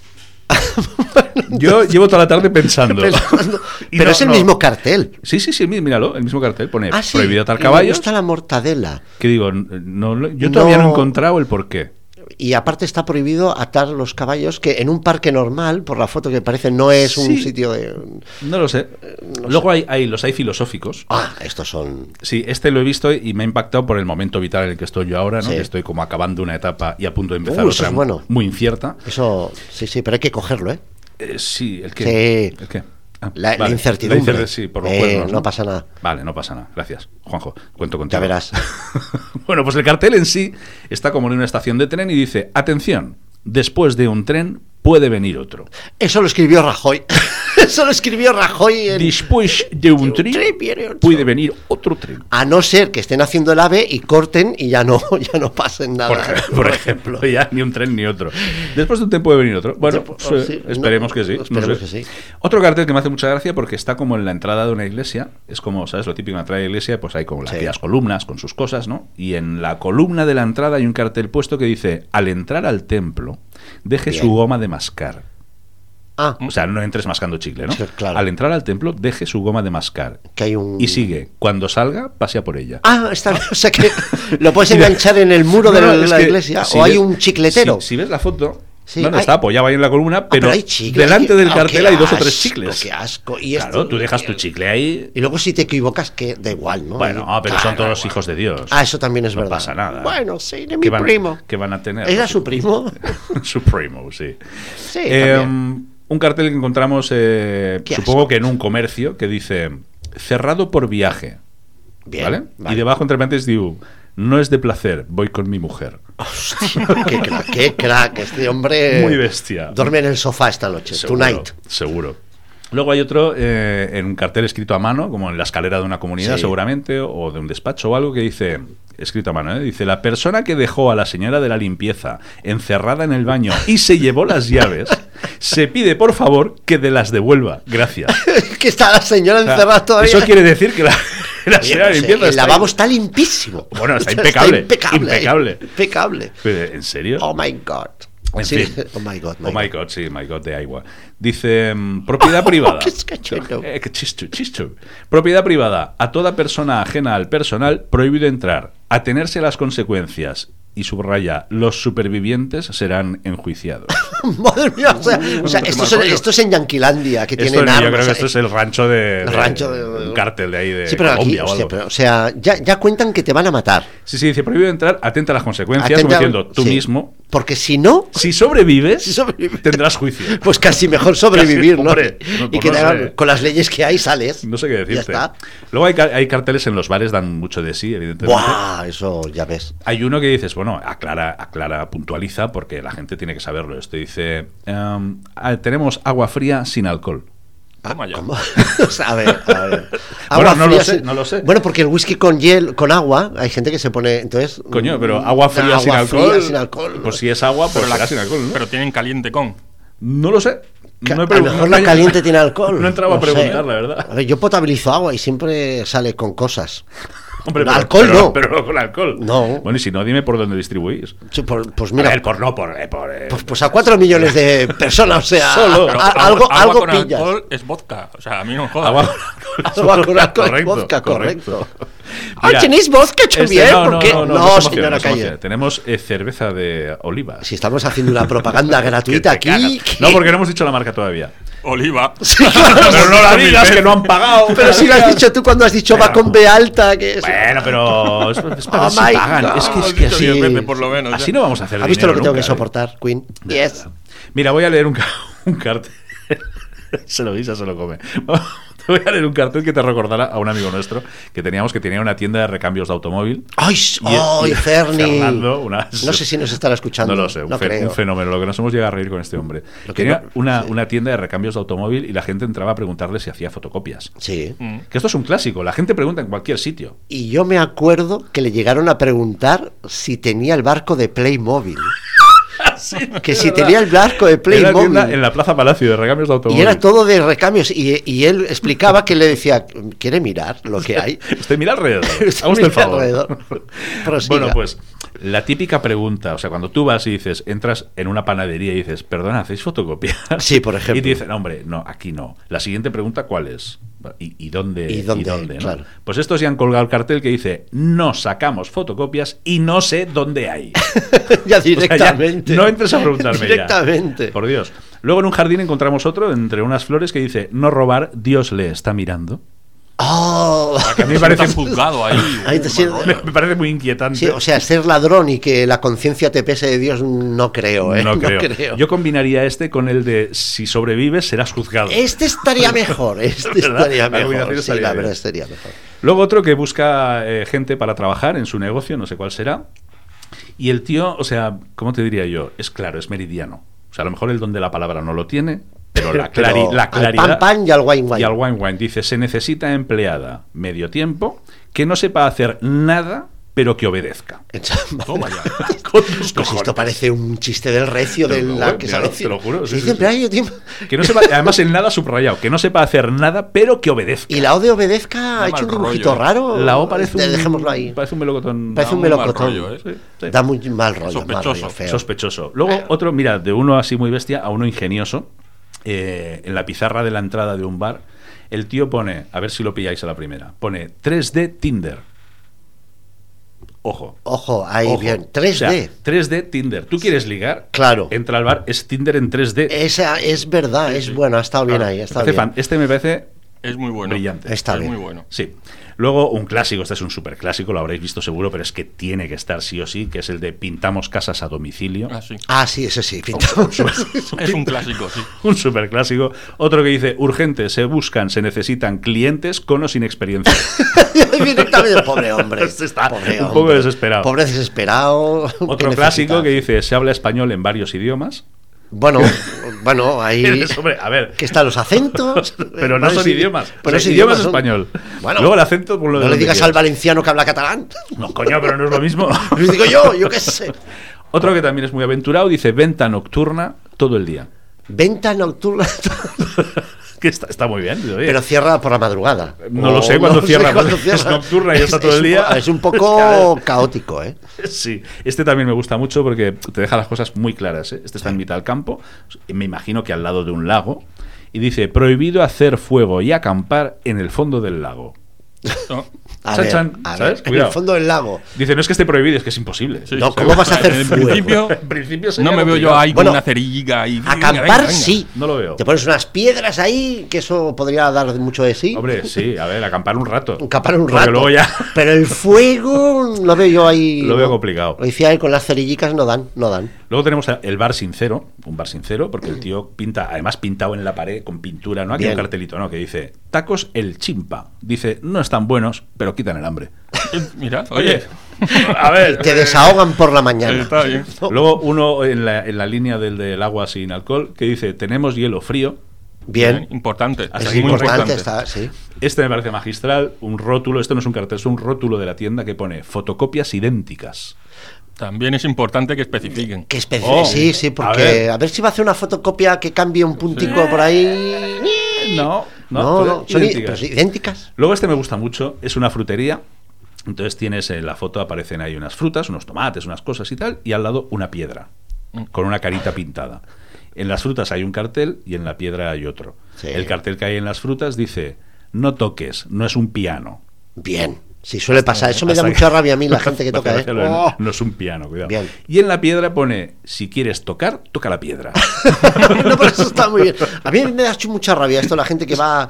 Speaker 3: Yo llevo toda la tarde pensando. Y
Speaker 1: [LAUGHS] Pero
Speaker 3: no,
Speaker 1: es el
Speaker 3: no.
Speaker 1: mismo cartel.
Speaker 3: Sí, sí, sí, mí- míralo, el mismo cartel pone
Speaker 1: Ah, sí.
Speaker 3: prohibido atar
Speaker 1: y me
Speaker 3: caballos.
Speaker 1: gusta la mortadela.
Speaker 3: Que digo, no, lo- yo todavía no.
Speaker 1: No.
Speaker 3: he encontrado el porqué.
Speaker 1: Y aparte está prohibido atar los caballos que en un parque normal, por la foto que parece, no es un
Speaker 3: Sí.
Speaker 1: sitio de...
Speaker 3: No lo sé.
Speaker 1: Eh,
Speaker 3: Luego hay, hay los hay filosóficos.
Speaker 1: Ah, estos son...
Speaker 3: Sí, este lo he visto y me ha impactado por el momento vital en el que estoy yo ahora, ¿no?
Speaker 1: Sí.
Speaker 3: Que estoy como acabando una etapa y a punto de empezar
Speaker 1: Uh, eso
Speaker 3: otra
Speaker 1: es bueno.
Speaker 3: muy incierta.
Speaker 1: Eso, sí, sí, pero hay que cogerlo, ¿eh?
Speaker 3: Eh, sí, el que.
Speaker 1: Sí.
Speaker 3: ¿El qué? Ah,
Speaker 1: La- la
Speaker 3: vale.
Speaker 1: incertidumbre.
Speaker 3: La incertidumbre, sí, por los
Speaker 1: Eh,
Speaker 3: cuernos,
Speaker 1: no pasa nada.
Speaker 3: Vale, no pasa nada. Gracias, Juanjo. Cuento contigo.
Speaker 1: Ya verás.
Speaker 3: [LAUGHS] bueno, pues el cartel en sí está como en una estación de tren y dice: Atención, después de un tren puede venir otro.
Speaker 1: Eso lo escribió Rajoy. [LAUGHS] Eso lo escribió Rajoy en...
Speaker 3: Después de un
Speaker 1: tren
Speaker 3: tren
Speaker 1: viene otro.
Speaker 3: puede venir otro tren.
Speaker 1: A no ser que estén haciendo el ave y corten y ya no, [LAUGHS] ya no pasen nada.
Speaker 3: Por, ej- por ejemplo, ya ni un tren ni otro. Después de un tren puede venir otro. Bueno,
Speaker 1: Yo-
Speaker 3: pues,
Speaker 1: sí,
Speaker 3: eh, esperemos
Speaker 1: no,
Speaker 3: que sí. no
Speaker 1: esperemos
Speaker 3: sé.
Speaker 1: que sí.
Speaker 3: Otro cartel que me hace mucha gracia porque está como en la entrada de una iglesia. Es como, ¿sabes? Lo típico en la entrada de la iglesia, pues hay como las
Speaker 1: Sí.
Speaker 3: aquellas columnas con sus cosas, ¿no? Y en la columna de la entrada hay un cartel puesto que dice: Al entrar al templo, deje
Speaker 1: Bien.
Speaker 3: su goma de mascar.
Speaker 1: Ah,
Speaker 3: O sea, no entres mascando chicle, ¿no?
Speaker 1: Sí, claro. Mm.
Speaker 3: Al entrar al templo, deje su goma de mascar.
Speaker 1: que hay un...
Speaker 3: Y sigue. Cuando salga, pase a por ella.
Speaker 1: Ah, está bien. O sea
Speaker 3: [LAUGHS]
Speaker 1: que lo puedes enganchar en el muro de
Speaker 3: No,
Speaker 1: la,
Speaker 3: no, es
Speaker 1: la
Speaker 3: que
Speaker 1: iglesia.
Speaker 3: si
Speaker 1: o hay
Speaker 3: ves-
Speaker 1: un chicletero.
Speaker 3: Si, si ves la foto,
Speaker 1: Sí,
Speaker 3: bueno,
Speaker 1: hay-
Speaker 3: está apoyado ahí en la columna,
Speaker 1: Ah,
Speaker 3: pero,
Speaker 1: hay chicle.
Speaker 3: delante del
Speaker 1: Ah,
Speaker 3: cartel
Speaker 1: qué
Speaker 3: hay dos o tres
Speaker 1: asco,
Speaker 3: chicles.
Speaker 1: Qué asco. Y este
Speaker 3: Claro,
Speaker 1: esto-
Speaker 3: tú dejas tu chicle ahí.
Speaker 1: Y luego si te equivocas, que da igual, ¿no?
Speaker 3: Bueno, ah, pero son todos hijos de Dios.
Speaker 1: Ah, eso también es
Speaker 3: No
Speaker 1: verdad.
Speaker 3: pasa nada.
Speaker 1: Bueno, sí, de
Speaker 3: ¿Qué
Speaker 1: mi
Speaker 3: van-
Speaker 1: primo.
Speaker 3: qué van a tener?
Speaker 1: ¿Era
Speaker 3: [LAUGHS]
Speaker 1: su primo?
Speaker 3: Supremo, sí.
Speaker 1: Sí,
Speaker 3: Eh,
Speaker 1: también.
Speaker 3: un cartel que encontramos, eh,
Speaker 1: Qué
Speaker 3: supongo
Speaker 1: asco.
Speaker 3: que en un comercio, que dice cerrado por viaje.
Speaker 1: Bien,
Speaker 3: ¿vale?
Speaker 1: vale.
Speaker 3: Y debajo, entre paréntesis, digo, no es de placer, voy con mi mujer.
Speaker 1: Hostia, [LAUGHS] qué crack, qué crack. Este hombre...
Speaker 3: Muy bestia.
Speaker 1: Duerme en el sofá esta noche,
Speaker 3: Seguro,
Speaker 1: tonight. [LAUGHS]
Speaker 3: Seguro. Luego hay otro eh, en un cartel escrito a mano, como en la escalera de una comunidad
Speaker 1: Sí.
Speaker 3: seguramente, o de un despacho o algo que dice, escrito a mano, ¿eh? dice, la persona que dejó a la señora de la limpieza encerrada en el baño y se llevó las llaves, se pide por favor que de las devuelva.
Speaker 1: [LAUGHS]
Speaker 3: Gracias.
Speaker 1: que está la señora
Speaker 3: O sea,
Speaker 1: encerrada todavía.
Speaker 3: Eso quiere decir que la, [LAUGHS] la
Speaker 1: Oye, pues, eh,
Speaker 3: señora de
Speaker 1: no sé,
Speaker 3: limpieza
Speaker 1: El
Speaker 3: está ahí.
Speaker 1: lavabo está limpísimo. [LAUGHS]
Speaker 3: Bueno, está impecable,
Speaker 1: impecable.
Speaker 3: impecable.
Speaker 1: impecable.
Speaker 3: Pero, ¿En serio?
Speaker 1: Oh my god.
Speaker 3: En
Speaker 1: Sí,
Speaker 3: fin.
Speaker 1: [LAUGHS] Oh my god.
Speaker 3: Oh my God, sí, my God de agua. Dice,
Speaker 1: [LAUGHS]
Speaker 3: mm, propiedad privada.
Speaker 1: Qué escachuelo.
Speaker 3: Eh, qué chistu, chistu. Propiedad privada. A toda persona ajena al personal, prohibido entrar. Atenerse a las consecuencias. Y subraya, los supervivientes serán enjuiciados.
Speaker 1: [LAUGHS] Madre mía, o sea, o sea,
Speaker 3: qué
Speaker 1: esto,
Speaker 3: mal
Speaker 1: es, en-
Speaker 3: rollo.
Speaker 1: esto es en Yanquilandia, que
Speaker 3: Esto,
Speaker 1: tienen
Speaker 3: yo
Speaker 1: armas.
Speaker 3: creo que
Speaker 1: eh.
Speaker 3: esto es el rancho de...
Speaker 1: El rancho de-
Speaker 3: un cártel de ahí de
Speaker 1: sí, pero aquí,
Speaker 3: Colombia o
Speaker 1: hostia,
Speaker 3: algo.
Speaker 1: pero, o sea, ya, ya cuentan que te van a matar.
Speaker 3: Sí, sí, dice, prohibido entrar, atenta a las consecuencias,
Speaker 1: Atenta-
Speaker 3: como diciendo, tú
Speaker 1: sí.
Speaker 3: mismo.
Speaker 1: Porque si no, [LAUGHS]
Speaker 3: Si sobrevives,
Speaker 1: Si sobrevives.
Speaker 3: tendrás juicio.
Speaker 1: [LAUGHS] pues casi mejor sobrevivir,
Speaker 3: [LAUGHS] Casi,
Speaker 1: ¿no?
Speaker 3: hombre, no,
Speaker 1: y
Speaker 3: pues
Speaker 1: que
Speaker 3: no
Speaker 1: te hagan-
Speaker 3: sé.
Speaker 1: con las leyes que hay sales.
Speaker 3: No sé qué
Speaker 1: Ya
Speaker 3: decirte.
Speaker 1: está.
Speaker 3: Luego hay, ca- hay carteles en los bares, dan mucho de sí, evidentemente.
Speaker 1: Buah, eso ya ves.
Speaker 3: Hay uno que dices, bueno, aclara, aclara, puntualiza, porque la gente tiene que saberlo. Esto dice, em, ah, tenemos agua fría sin alcohol.
Speaker 2: Toma ya.
Speaker 1: ¿Cómo? [LAUGHS] O sea, a ver, a
Speaker 3: [LAUGHS]
Speaker 1: ver.
Speaker 3: Bueno, no lo
Speaker 1: fría
Speaker 3: sé,
Speaker 1: sin-
Speaker 3: no lo sé.
Speaker 1: Bueno, porque el whisky con hiel, con agua, hay gente que se pone, entonces.
Speaker 3: Coño, pero
Speaker 1: mm,
Speaker 3: agua fría, sin,
Speaker 1: agua
Speaker 3: alcohol,
Speaker 1: fría sin alcohol.
Speaker 3: Pues si es agua, pues será sin alcohol, ¿no?
Speaker 2: Pero tienen caliente con.
Speaker 3: no lo sé.
Speaker 1: Que
Speaker 3: No he
Speaker 1: a
Speaker 3: pregun-
Speaker 1: lo mejor
Speaker 3: no
Speaker 1: la
Speaker 3: he-
Speaker 1: caliente tiene alcohol.
Speaker 3: [LAUGHS] No he entrado a
Speaker 1: sé.
Speaker 3: preguntar, la verdad.
Speaker 1: A ver, yo potabilizo agua y siempre sale con cosas.
Speaker 3: Hombre,
Speaker 1: Con
Speaker 3: pero-
Speaker 1: alcohol
Speaker 3: pero-
Speaker 1: no.
Speaker 3: Pero con alcohol.
Speaker 1: No.
Speaker 3: Bueno, y si no, dime por dónde distribuís.
Speaker 1: Sí, por- pues
Speaker 3: Mira,
Speaker 1: mira,
Speaker 3: a ver, por no, por... eh, por, eh,
Speaker 1: pues, pues a cuatro millones de personas, o sea,
Speaker 3: Solo.
Speaker 1: a-
Speaker 2: Pero
Speaker 1: a-
Speaker 2: agua-
Speaker 1: Ah, algo,
Speaker 2: agua
Speaker 1: algo
Speaker 2: con
Speaker 1: pillas.
Speaker 2: alcohol es vodka. O sea, a mí no me
Speaker 1: [LAUGHS]
Speaker 2: jodas.
Speaker 3: Agua
Speaker 1: Agua con alcohol, vodka, correcto. Ah, tenéis vodka también, ¿por qué?
Speaker 3: este, No, no, no,
Speaker 1: No,
Speaker 3: no se
Speaker 1: señora,
Speaker 3: emocione, no se
Speaker 1: calle.
Speaker 3: emocione. Tenemos eh, cerveza de oliva.
Speaker 1: Si estamos haciendo una propaganda gratuita
Speaker 3: [LAUGHS] Que te
Speaker 1: aquí.
Speaker 3: cagas.
Speaker 1: que-
Speaker 3: No, porque no hemos dicho la marca todavía.
Speaker 2: Oliva.
Speaker 1: [LAUGHS] Sí, claro,
Speaker 3: Pero no la digas, que no han [LAUGHS] pagado.
Speaker 1: Pero si lo [LAUGHS] has dicho tú cuando has dicho va con B alta, que es-
Speaker 3: Bueno, pero es, es para
Speaker 1: Oh
Speaker 3: ver si
Speaker 1: my
Speaker 3: pagan.
Speaker 1: God.
Speaker 3: Es que, es
Speaker 2: Hemos
Speaker 3: que
Speaker 2: dicho diez
Speaker 3: así,
Speaker 2: veces, por lo menos.
Speaker 3: así
Speaker 2: ya.
Speaker 3: no vamos a hacer
Speaker 1: ¿Has visto lo que
Speaker 3: dinero
Speaker 1: tengo que
Speaker 3: nunca, ¿eh?
Speaker 1: soportar, Queen? Yes.
Speaker 3: Mira, voy a leer un, ca- [LAUGHS] un cartel. se lo guisa, se lo come. [LAUGHS] te voy a leer un cartel que te recordará a un amigo nuestro que teníamos que tenía una tienda de recambios de automóvil.
Speaker 1: ¡Ay, ay,
Speaker 3: y-
Speaker 1: Ferni!
Speaker 3: Fernando, una-
Speaker 1: No sé si nos estará escuchando.
Speaker 3: No lo sé, un, fe-
Speaker 1: creo.
Speaker 3: un fenómeno. Lo que nos hemos llegado a reír con este hombre.
Speaker 1: Lo que
Speaker 3: Tenía
Speaker 1: no-
Speaker 3: una,
Speaker 1: sí.
Speaker 3: una tienda de recambios de automóvil y la gente entraba a preguntarle si hacía fotocopias.
Speaker 1: Sí.
Speaker 3: Que esto es un clásico. La gente pregunta en cualquier sitio.
Speaker 1: Y yo me acuerdo que le llegaron a preguntar si tenía el barco de Playmobil.
Speaker 3: [LAUGHS]
Speaker 1: que si tenía el barco de
Speaker 3: Era
Speaker 1: Playmobil.
Speaker 3: tienda en la Plaza Palacio de recambios de automóvil.
Speaker 1: Y era todo de recambios. Y, y él explicaba que le decía, ¿quiere mirar lo que
Speaker 3: [LAUGHS]
Speaker 1: hay?
Speaker 3: Usted mira alrededor.
Speaker 1: [LAUGHS] Usted
Speaker 3: Haga usted el
Speaker 1: mira
Speaker 3: favor. [LAUGHS]
Speaker 1: alrededor. Prosiga.
Speaker 3: Bueno, pues la típica pregunta, o sea, cuando tú vas y dices, entras en una panadería y dices, perdona, ¿hacéis fotocopias?
Speaker 1: Sí, por ejemplo.
Speaker 3: [LAUGHS] Y te dicen, hombre, no, aquí no. La siguiente pregunta, ¿cuál es? ¿Y, y dónde?
Speaker 1: ¿Y dónde?
Speaker 3: no?
Speaker 1: Claro.
Speaker 3: Pues estos ya han colgado el cartel que dice, no sacamos fotocopias y no sé
Speaker 1: [LAUGHS]
Speaker 3: dónde hay.
Speaker 1: ya
Speaker 3: O sea, ya
Speaker 1: directamente.
Speaker 3: no entres a preguntarme. ya.
Speaker 1: Directamente.
Speaker 3: Por Dios. Luego en un jardín encontramos otro, entre unas flores, que dice, no robar, Dios le está mirando. [LAUGHS]
Speaker 1: Oh.
Speaker 3: Que a mí me
Speaker 2: Está
Speaker 3: parece,
Speaker 2: juzgado ahí.
Speaker 1: Ahí te siento-
Speaker 3: me, me parece muy inquietante.
Speaker 1: [LAUGHS] Sí, o sea, ser ladrón y que la conciencia te pese de Dios, [LAUGHS] no creo, ¿eh?
Speaker 3: no, creo. Yo combinaría este con el de si sobrevives serás juzgado.
Speaker 1: Este estaría
Speaker 3: [LAUGHS]
Speaker 1: mejor, este
Speaker 3: ¿Verdad?
Speaker 1: estaría
Speaker 3: La
Speaker 1: mejor.
Speaker 3: combinación
Speaker 1: Sí,
Speaker 3: estaría
Speaker 1: la
Speaker 3: bien.
Speaker 1: verdad estaría mejor.
Speaker 3: Luego otro que busca eh, gente para trabajar en su negocio, no sé cuál será. Y el tío, o sea, ¿cómo te diría yo? Es claro, es meridiano. O sea, a lo mejor el don de la palabra no lo tiene,
Speaker 1: [LAUGHS]
Speaker 3: pero la,
Speaker 1: Pero
Speaker 3: clari- la
Speaker 1: al pan
Speaker 3: claridad...
Speaker 1: pan y al wine wine.
Speaker 3: Y al wine wine. Dice, se necesita empleada medio tiempo que no sepa hacer nada, pero que obedezca.
Speaker 1: [LAUGHS]
Speaker 2: Toma ya.
Speaker 3: [LAUGHS] Con tus
Speaker 1: Pues esto
Speaker 3: cojones.
Speaker 1: parece un chiste del recio
Speaker 3: Te
Speaker 1: de
Speaker 3: lo
Speaker 1: la
Speaker 3: juro,
Speaker 1: que
Speaker 3: mira,
Speaker 1: sale.
Speaker 3: te lo juro,
Speaker 1: Se
Speaker 3: sí,
Speaker 1: dice,
Speaker 3: sí, sí.
Speaker 1: "Pero hay tiempo".
Speaker 3: Que
Speaker 1: [LAUGHS]
Speaker 3: no sepa, además en nada subrayado, que no sepa hacer nada, pero que obedezca.
Speaker 1: Y la O de obedezca ha
Speaker 2: Da
Speaker 1: hecho
Speaker 2: mal
Speaker 1: un dibujito
Speaker 2: rollo.
Speaker 1: raro.
Speaker 3: ¿eh? La O parece
Speaker 1: Te-
Speaker 3: un,
Speaker 1: Dejémoslo ahí.
Speaker 3: Parece un melocotón.
Speaker 1: Parece
Speaker 2: da
Speaker 1: un
Speaker 2: muy mal
Speaker 1: melocotón.
Speaker 2: rollo, ¿eh?
Speaker 3: Sí, sí.
Speaker 1: Da eh, muy mal rollo. mal
Speaker 2: Sospechoso.
Speaker 1: rollo, feo.
Speaker 3: Sospechoso. Luego otro, mira, de uno así muy bestia a uno ingenioso, eh, en la pizarra de la entrada de un bar, el tío pone, a ver si lo pilláis a la primera, pone 3D Tinder. Ojo.
Speaker 1: Ojo, ahí
Speaker 3: Ojo.
Speaker 1: bien.
Speaker 3: O
Speaker 1: 3D.
Speaker 3: sea, 3D Tinder. ¿Tú quieres ligar?
Speaker 1: Claro.
Speaker 3: Entra al bar, es Tinder en 3D.
Speaker 1: Esa es verdad, es bueno, ha estado bien
Speaker 3: Ah,
Speaker 1: ahí, ha
Speaker 3: me
Speaker 1: estado
Speaker 3: parece
Speaker 1: bien.
Speaker 3: fan- Este me parece
Speaker 2: Es muy bueno.
Speaker 3: Brillante.
Speaker 1: Está
Speaker 2: es
Speaker 1: bien.
Speaker 2: muy bueno.
Speaker 3: Sí. Luego un clásico, este es un super clásico, lo habréis visto seguro, pero es que tiene que estar sí o sí, que es el de pintamos casas a domicilio.
Speaker 2: Ah, sí.
Speaker 1: Ah, sí, ese
Speaker 3: Oh,
Speaker 1: sí, fin- [LAUGHS]
Speaker 2: Es un clásico, sí.
Speaker 3: [LAUGHS] Un super clásico. Otro que dice, urgente, se buscan, se necesitan clientes con o
Speaker 1: [LAUGHS]
Speaker 3: sin experiencia.
Speaker 1: Directamente, pobre hombre.
Speaker 3: Este está
Speaker 1: pobre
Speaker 3: un poco desesperado.
Speaker 1: Pobre desesperado. que
Speaker 3: Otro
Speaker 1: necesita-
Speaker 3: clásico que dice, se habla español en varios idiomas. [LAUGHS]
Speaker 1: Bueno, bueno, ahí.
Speaker 3: Eres, hombre, a ver.
Speaker 1: Que están los acentos.
Speaker 3: [LAUGHS] Pero no
Speaker 1: Varios
Speaker 3: son
Speaker 1: idi-
Speaker 3: idiomas.
Speaker 1: Pero
Speaker 3: O
Speaker 1: es
Speaker 3: sea, idioma
Speaker 1: idiomas
Speaker 3: es
Speaker 1: son-
Speaker 3: español.
Speaker 1: Bueno,
Speaker 3: Luego el acento, por lo de
Speaker 1: no le
Speaker 3: donde
Speaker 1: digas
Speaker 3: quieras.
Speaker 1: al valenciano que habla catalán. [LAUGHS]
Speaker 3: No, coño, pero no es lo mismo.
Speaker 1: Lo digo yo, yo qué sé.
Speaker 3: Otro que también es muy aventurado dice, venta nocturna todo el día. [LAUGHS]
Speaker 1: Venta nocturna.
Speaker 3: que está, está muy bien. digo, oye.
Speaker 1: Pero cierra por la madrugada.
Speaker 3: No
Speaker 1: O
Speaker 3: lo sé [LAUGHS] cuándo cierra,
Speaker 1: cuándo
Speaker 3: porque es nocturna y está todo
Speaker 1: es
Speaker 3: el
Speaker 1: un
Speaker 3: día.
Speaker 1: po- Es un
Speaker 3: [LAUGHS]
Speaker 1: poco caótico, ¿eh?
Speaker 3: Sí, este también me gusta mucho porque te deja las cosas muy claras. ¿eh? Este está en mitad del campo, me imagino que al lado de un lago, y dice, prohibido hacer fuego y acampar en el fondo del lago.
Speaker 2: No.
Speaker 1: A
Speaker 3: Chan,
Speaker 1: ver,
Speaker 3: chan,
Speaker 1: a ver,
Speaker 3: ¿sabes?
Speaker 1: en
Speaker 3: Cuidado.
Speaker 1: el fondo del lago.
Speaker 3: Dice, no es que esté prohibido, es que es imposible.
Speaker 2: Sí,
Speaker 1: No,
Speaker 2: sí.
Speaker 1: ¿cómo vas a hacer
Speaker 2: En
Speaker 1: fuego?
Speaker 2: principio,
Speaker 3: [LAUGHS] En principio sería
Speaker 2: no me veo yo
Speaker 3: complicado.
Speaker 2: ahí con
Speaker 1: Bueno,
Speaker 2: una cerilla y...
Speaker 1: Acampar sí.
Speaker 3: No lo veo.
Speaker 1: Te pones unas piedras ahí, que eso podría dar mucho de sí.
Speaker 3: Hombre, sí, a ver, acampar un rato.
Speaker 1: Encapar un
Speaker 3: Porque
Speaker 1: rato.
Speaker 3: luego ya...
Speaker 1: [LAUGHS]
Speaker 3: [LAUGHS]
Speaker 1: Pero el fuego lo veo yo ahí.
Speaker 3: Lo veo
Speaker 1: ¿no?
Speaker 3: complicado.
Speaker 1: Lo decía él con las cerillicas, no dan, no
Speaker 2: [LAUGHS]
Speaker 1: dan.
Speaker 3: Luego tenemos a- el bar sincero, un bar sincero, porque el tío pinta, además pintado en la pared con pintura, no aquí
Speaker 1: Bien.
Speaker 3: un cartelito, no, que dice, tacos el chimpa. Dice, no están buenos, pero quitan el hambre.
Speaker 2: Eh, Mira, oye,
Speaker 3: [LAUGHS] a ver.
Speaker 1: Te desahogan por la mañana.
Speaker 2: está bien.
Speaker 3: Luego uno en la, en la línea del, del agua sin alcohol que dice, tenemos hielo frío.
Speaker 1: Bien.
Speaker 2: Importante.
Speaker 3: Hasta
Speaker 1: Es
Speaker 3: aquí
Speaker 2: muy
Speaker 1: importante, está, sí.
Speaker 3: Este me parece magistral, un rótulo, esto no es un cartel, es un rótulo de la tienda que pone fotocopias idénticas.
Speaker 2: También es importante que especifiquen.
Speaker 1: Que especie.
Speaker 3: Oh,
Speaker 1: sí, sí,
Speaker 3: a
Speaker 1: porque a
Speaker 3: ver.
Speaker 1: ver. si va a hacer una fotocopia que cambie un puntico por ahí.
Speaker 3: No,
Speaker 1: No, no,
Speaker 3: pero
Speaker 1: son i-
Speaker 3: idénticas.
Speaker 1: pues idénticas.
Speaker 3: Luego este me gusta mucho, es una frutería. Entonces tienes eh, en la foto, aparecen ahí unas frutas, unos tomates, unas cosas y tal, y al lado una piedra,
Speaker 1: Mm.
Speaker 3: con una carita pintada. En las frutas hay un cartel y en la piedra hay otro.
Speaker 1: Sí.
Speaker 3: El cartel que hay en las frutas dice, no toques, no es un piano.
Speaker 1: Bien. Sí, suele pasar. Eso me da
Speaker 3: Hasta
Speaker 1: mucha
Speaker 3: que-
Speaker 1: rabia a mí,
Speaker 3: [LAUGHS]
Speaker 1: la gente que
Speaker 3: Me hace
Speaker 1: toca. ¿eh?
Speaker 3: gracia lo de,
Speaker 1: Oh.
Speaker 3: No es un piano, cuidado.
Speaker 1: Bien.
Speaker 3: Y en la piedra pone, si quieres tocar, toca
Speaker 1: [LAUGHS]
Speaker 3: la piedra.
Speaker 1: [LAUGHS]
Speaker 3: [LAUGHS]
Speaker 1: no, pero eso está muy bien. A mí me da mucha rabia esto, la gente que va.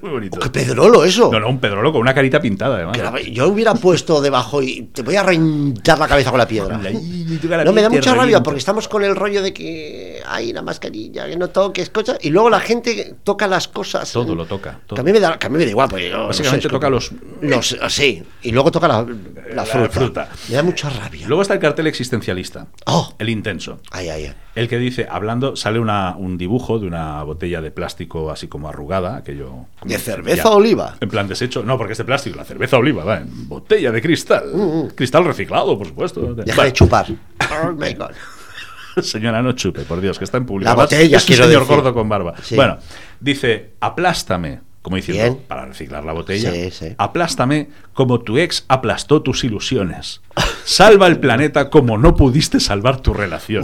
Speaker 3: Muy bonito.
Speaker 1: Oh, ¡Qué pedrolo eso!
Speaker 3: No, no, un pedrolo con una carita pintada, además.
Speaker 1: Que la- Yo hubiera puesto debajo y te voy a reventar la cabeza con la piedra.
Speaker 3: Y toca la
Speaker 1: No, me da
Speaker 3: piedra,
Speaker 1: mucha rabia
Speaker 3: revienta.
Speaker 1: porque estamos con el rollo de que hay la mascarilla, que no toques cosas, y luego la gente toca las cosas.
Speaker 3: Todo lo toca, todo.
Speaker 1: Que a mí me da, que a mí me da igual. Porque yo no
Speaker 3: Básicamente
Speaker 1: sé, es
Speaker 3: toca
Speaker 1: como-
Speaker 3: los- eh,
Speaker 1: los. Sí, y luego toca la, la
Speaker 3: La
Speaker 1: fruta.
Speaker 3: fruta.
Speaker 1: Me da mucha rabia.
Speaker 3: Luego está el cartel existencialista,
Speaker 1: Oh.
Speaker 3: el intenso.
Speaker 1: Ay, ay, ay.
Speaker 3: El que dice, hablando, sale una- un dibujo de una botella de plástico así como arrugada, aquello...
Speaker 1: ¿De cerveza oliva?
Speaker 3: En plan deshecho. No, porque es de plástico, la cerveza oliva, va, en botella de cristal.
Speaker 1: Mm,
Speaker 3: Cristal reciclado, por supuesto.
Speaker 1: Deja
Speaker 3: Va,
Speaker 1: de
Speaker 3: [LAUGHS]
Speaker 1: chupar. Oh my God.
Speaker 3: Señora, no chupe, por Dios, que está en público.
Speaker 1: La
Speaker 3: Además,
Speaker 1: botella,
Speaker 3: es un
Speaker 1: quiero
Speaker 3: señor
Speaker 1: decir.
Speaker 3: gordo con barba.
Speaker 1: Sí.
Speaker 3: Bueno, dice, aplástame, como diciendo,
Speaker 1: Bien.
Speaker 3: para reciclar la botella,
Speaker 1: Sí, sí.
Speaker 3: aplástame como tu ex aplastó tus ilusiones. Salva el planeta como no pudiste salvar tu relación.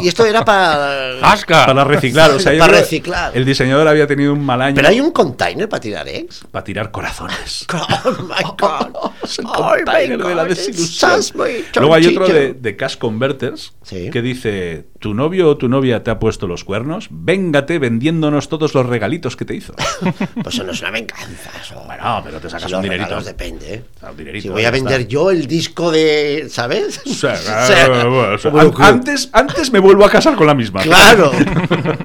Speaker 1: Y esto era para.
Speaker 3: Ah,
Speaker 2: ¡Asca!
Speaker 3: Para reciclar, o sea,
Speaker 1: [LAUGHS]
Speaker 3: yo
Speaker 1: Para
Speaker 3: creo que
Speaker 1: reciclar.
Speaker 3: El diseñador había tenido un mal año
Speaker 1: Pero hay un container para tirar ex.
Speaker 3: para tirar corazones.
Speaker 1: Oh
Speaker 3: [LAUGHS]
Speaker 1: my God.
Speaker 3: Es el
Speaker 1: [LAUGHS] Oh my
Speaker 3: container de la
Speaker 1: God,
Speaker 3: desilusión.
Speaker 1: estás muy
Speaker 3: Luego hay otro
Speaker 1: chonchillo.
Speaker 3: de, de Cash Converters
Speaker 1: Sí.
Speaker 3: que dice: Tu novio o tu novia te ha puesto los cuernos, véngate vendiéndonos todos los regalitos que te
Speaker 1: [LAUGHS]
Speaker 3: hizo.
Speaker 1: Pues eso no es una venganza. Eso.
Speaker 3: bueno, pero te sacas
Speaker 1: Los
Speaker 3: un dinerito.
Speaker 1: regalos depende. ¿eh?
Speaker 3: Ah, un dinerito,
Speaker 1: si voy
Speaker 3: ya
Speaker 1: a vender
Speaker 3: está.
Speaker 1: yo el disco de, ¿sabes?
Speaker 3: O sea,
Speaker 1: [LAUGHS] O sea,
Speaker 3: eh, bueno, o sea,
Speaker 1: bueno,
Speaker 3: an- antes, antes me vuelvo a casar con la misma.
Speaker 1: Claro.
Speaker 3: [LAUGHS]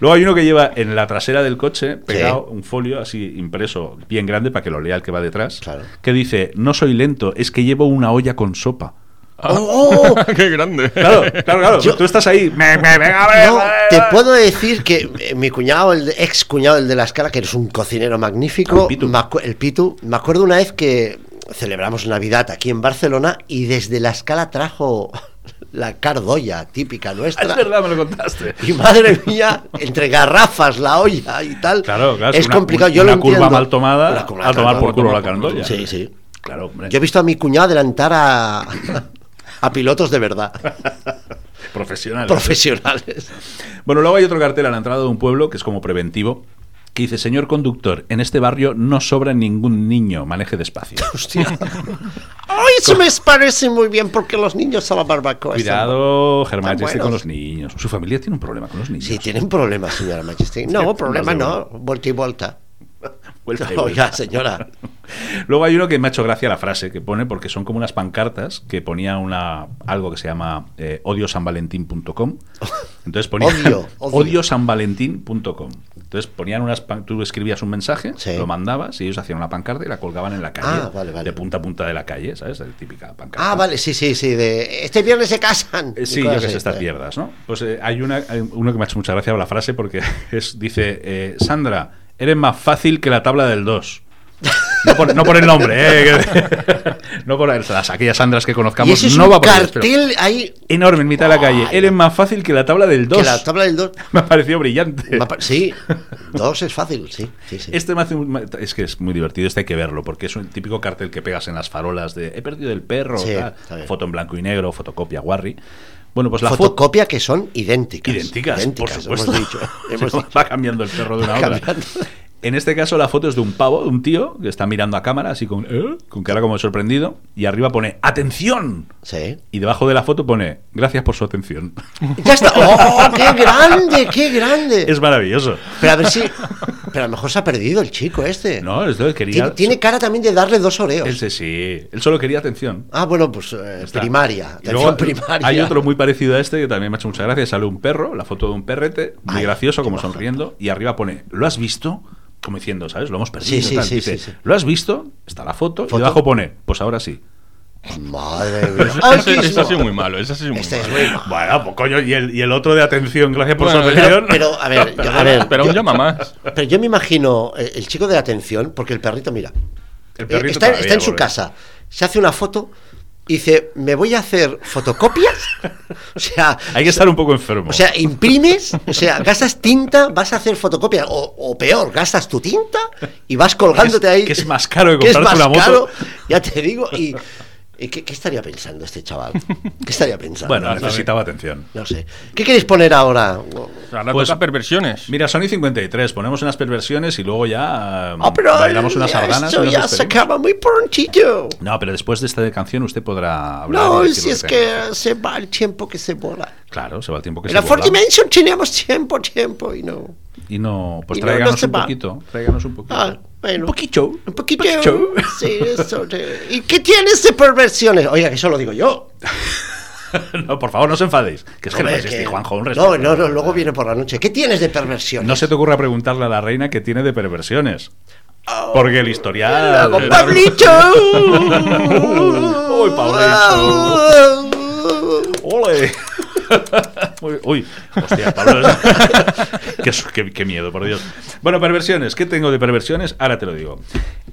Speaker 3: Luego hay uno que lleva en la trasera del coche pegado un folio así impreso bien grande para que lo lea el que va detrás.
Speaker 1: Claro.
Speaker 3: Que dice: No soy lento, es que llevo una olla
Speaker 1: [LAUGHS]
Speaker 3: con sopa.
Speaker 1: Oh, [LAUGHS] oh,
Speaker 2: ¡Qué grande!
Speaker 3: Claro, claro, claro.
Speaker 1: Yo-
Speaker 3: Tú estás ahí. Me, me, venga, a ver,
Speaker 1: no,
Speaker 3: a ver,
Speaker 1: te
Speaker 3: a ver.
Speaker 1: puedo decir que eh, mi cuñado, el de- ex cuñado el de la escala, que eres un cocinero magnífico,
Speaker 3: El Pitu.
Speaker 1: me acu- el Pitu, me acuerdo una vez que celebramos Navidad aquí en Barcelona y desde la escala trajo [LAUGHS] la cardoya típica
Speaker 3: Ah,
Speaker 1: nuestra.
Speaker 3: Es verdad, me lo contaste.
Speaker 1: Y madre mía, entre garrafas, la olla y tal.
Speaker 3: Claro, claro,
Speaker 1: Es
Speaker 3: una-
Speaker 1: complicado.
Speaker 3: un-
Speaker 1: Yo lo
Speaker 3: una curva
Speaker 1: entiendo.
Speaker 3: mal tomada,
Speaker 1: Una curva
Speaker 3: a tomar por culo la
Speaker 1: tomada.
Speaker 3: candolla.
Speaker 1: Sí, sí.
Speaker 3: Claro, hombre.
Speaker 1: Yo he visto a mi cuñado adelantar a, [LAUGHS] a pilotos de
Speaker 3: [LAUGHS]
Speaker 1: verdad,
Speaker 3: Profesional.
Speaker 1: profesionales.
Speaker 3: Bueno, luego hay otro cartel a la entrada de un pueblo que es como preventivo. que dice, señor conductor, en este barrio no sobra ningún niño,
Speaker 1: [LAUGHS]
Speaker 3: maneje despacio.
Speaker 1: Hostia. Ay, eso me parece muy bien porque los niños a la barbacoa. están
Speaker 3: Cuidado, Germán,
Speaker 1: Tan
Speaker 3: este con
Speaker 1: buenos.
Speaker 3: los niños. Su familia tiene un problema con los niños.
Speaker 1: Sí, tienen problemas, señora Majestic.
Speaker 3: Sí,
Speaker 1: No, problema
Speaker 3: más de
Speaker 1: no. Vuelta y vuelta.
Speaker 3: Vuelta
Speaker 1: [LAUGHS]
Speaker 3: y
Speaker 1: No,
Speaker 3: vuelta.
Speaker 1: ya, señora.
Speaker 3: Luego hay uno que me ha hecho gracia la frase que pone, porque son como unas pancartas que ponía una algo que se llama eh, odiosanvalentín.com. Entonces ponía
Speaker 1: Odio, odio.
Speaker 3: odiosanvalentín.com. Entonces ponían unas pan- tú escribías un mensaje,
Speaker 1: Sí.
Speaker 3: lo mandabas y ellos hacían una pancarta y la colgaban en la calle,
Speaker 1: Ah, vale, vale.
Speaker 3: de punta a punta de la calle, ¿sabes? La típica pancarta.
Speaker 1: Ah, vale, sí, sí, sí. De, este viernes se casan.
Speaker 3: Eh, Sí,
Speaker 1: Y
Speaker 3: yo
Speaker 1: cosas
Speaker 3: que sé,
Speaker 1: así,
Speaker 3: estas
Speaker 1: sí.
Speaker 3: mierdas, ¿no? Pues eh, hay, una, hay uno que me ha hecho mucha gracia la frase porque [LAUGHS] es, dice, eh, Sandra, eres más fácil que la tabla del 2. No por, no por el nombre, ¿eh? [LAUGHS] no por las, aquellas Sandras que
Speaker 1: Y
Speaker 3: conozcamos.
Speaker 1: ese es
Speaker 3: no
Speaker 1: un
Speaker 3: va por ellas, pero
Speaker 1: cartel ahí
Speaker 3: enorme en mitad de la calle.
Speaker 1: Ay.
Speaker 3: Eres más fácil que la tabla del
Speaker 1: que
Speaker 3: 2.
Speaker 1: la tabla del 2.
Speaker 3: [LAUGHS] Me ha parecido brillante.
Speaker 1: Sí, dos es fácil, sí. sí, sí.
Speaker 3: Este me hace un- es que es muy divertido, este hay que verlo, porque es un típico cartel que pegas en las farolas de he perdido el perro,
Speaker 1: Sí,
Speaker 3: tal,
Speaker 1: está bien.
Speaker 3: foto en blanco y negro, fotocopia, guarri. Bueno, pues la foto
Speaker 1: Fotocopia que son idénticas.
Speaker 3: idénticas, por supuesto.
Speaker 1: Hemos
Speaker 3: [LAUGHS]
Speaker 1: dicho. Hemos dicho.
Speaker 3: Va cambiando el perro de una
Speaker 1: Va
Speaker 3: hora.
Speaker 1: cambiando.
Speaker 3: En este caso la foto es de un pavo, de un tío, que está mirando a cámara, así con, "¿Eh?", con cara como sorprendido, y arriba pone ¡Atención!
Speaker 1: Sí.
Speaker 3: Y debajo de la foto pone gracias por su atención.
Speaker 1: Ya está. ¡Oh, qué grande, qué grande!
Speaker 3: [LAUGHS] es maravilloso.
Speaker 1: Pero a ver si. Pero a lo mejor se ha perdido el chico este.
Speaker 3: No, esto
Speaker 1: Tiene,
Speaker 3: quería...
Speaker 1: tiene cara también de darle dos oreos.
Speaker 3: Él se- sí, él solo quería atención.
Speaker 1: Ah, bueno, pues eh,
Speaker 3: Está.
Speaker 1: primaria.
Speaker 3: Y
Speaker 1: atención
Speaker 3: luego,
Speaker 1: primaria.
Speaker 3: Hay otro muy parecido a este que también me ha hecho mucha gracia. Sale un perro, la foto de un perrete, muy
Speaker 1: Ay,
Speaker 3: gracioso,
Speaker 1: qué
Speaker 3: como
Speaker 1: majo.
Speaker 3: sonriendo, y arriba pone, ¿lo has visto? Como diciendo, ¿sabes? Lo hemos perdido.
Speaker 1: Sí, sí,
Speaker 3: tal.
Speaker 1: sí,
Speaker 3: Dice,
Speaker 1: sí, sí.
Speaker 3: ¿lo has visto? Está la foto,
Speaker 1: Foto.
Speaker 3: y debajo pone, pues
Speaker 1: [LAUGHS]
Speaker 3: ahora sí. [LAUGHS]
Speaker 1: Madre mía.
Speaker 2: Ese- ese-
Speaker 1: Altísimo.
Speaker 2: Ese ha sido muy malo, ese ha sido muy
Speaker 1: Este es
Speaker 2: malo.
Speaker 1: muy malo.
Speaker 3: Bueno, pues coño, y el, y el otro de atención, gracias por
Speaker 2: Bueno,
Speaker 3: su
Speaker 2: pero-
Speaker 3: atención.
Speaker 1: Pero, a ver, yo- a ver.
Speaker 2: Pero aún
Speaker 1: yo-
Speaker 2: llama más.
Speaker 1: Pero yo me imagino eh, el chico de la atención, porque el perrito, mira,
Speaker 3: [LAUGHS] El
Speaker 1: eh,
Speaker 3: perrito
Speaker 1: está,
Speaker 3: todavía,
Speaker 1: está en su
Speaker 3: pobre.
Speaker 1: casa, se hace una foto y dice, me voy a hacer fotocopias, [LAUGHS] o sea,
Speaker 3: Hay que estar un poco enfermo.
Speaker 1: o sea, imprimes, o sea, gastas tinta, vas a hacer fotocopias, o, o peor, gastas tu tinta y vas colgándote
Speaker 3: Que es-
Speaker 1: ahí.
Speaker 3: que es más caro que
Speaker 1: que es
Speaker 3: comprarte
Speaker 1: más
Speaker 3: una moto.
Speaker 1: caro, ya te digo, y, y ¿qué, qué estaría pensando este chaval? ¿Qué estaría pensando?
Speaker 3: bueno,
Speaker 2: Anda,
Speaker 3: necesitaba atención.
Speaker 1: no sé. ¿Qué queréis poner ahora?
Speaker 2: Ahora
Speaker 3: Pues-
Speaker 2: toca perversiones.
Speaker 3: Mira, Sony 53, ponemos unas perversiones y luego ya eh,
Speaker 1: Ah, pero
Speaker 3: bailamos unas
Speaker 1: ya
Speaker 3: sardanas. y
Speaker 1: Esto
Speaker 3: nos
Speaker 1: ya se
Speaker 3: despedimos.
Speaker 1: acaba muy prontito.
Speaker 3: No, pero después de esta canción usted podrá hablar.
Speaker 1: No,
Speaker 3: y decir
Speaker 1: si
Speaker 3: lo
Speaker 1: es
Speaker 3: tenga
Speaker 1: que se va el tiempo que se vola.
Speaker 3: hacer. Claro, se va el tiempo que
Speaker 1: En
Speaker 3: se
Speaker 1: la
Speaker 3: vuela.
Speaker 1: Fourth Dimension teníamos tiempo, tiempo y no.
Speaker 3: Y no, pues
Speaker 1: y no,
Speaker 3: tráiganos
Speaker 1: no se
Speaker 3: un
Speaker 1: va.
Speaker 3: poquito. Tráiganos un poquito.
Speaker 1: Ah, bueno.
Speaker 3: Un poquito.
Speaker 1: Un poquito.
Speaker 3: Poquito.
Speaker 1: Sí, eso. de- ¿Y qué tienes de perversiones? Oiga, que eso lo digo yo.
Speaker 3: [LAUGHS] no, por favor, no os enfadéis. Que es que
Speaker 1: Hombre,
Speaker 3: no
Speaker 1: que-
Speaker 3: Juanjo, un
Speaker 1: no,
Speaker 3: respeto.
Speaker 1: no, no, luego viene por la noche. ¿Qué tienes de perversiones?
Speaker 3: No se te ocurra preguntarle a la reina que tiene de perversiones. Porque el historial.
Speaker 1: Luego, Ah, ¡Pablito!
Speaker 3: [LAUGHS] Uy,
Speaker 1: Ah.
Speaker 3: Pablito. ¡Ole! [LAUGHS] Uy, Uy, hostia, Pablo. [LAUGHS] qué, su- qué- qué miedo, por Dios. Bueno, perversiones. ¿Qué tengo de perversiones? Ahora te lo digo.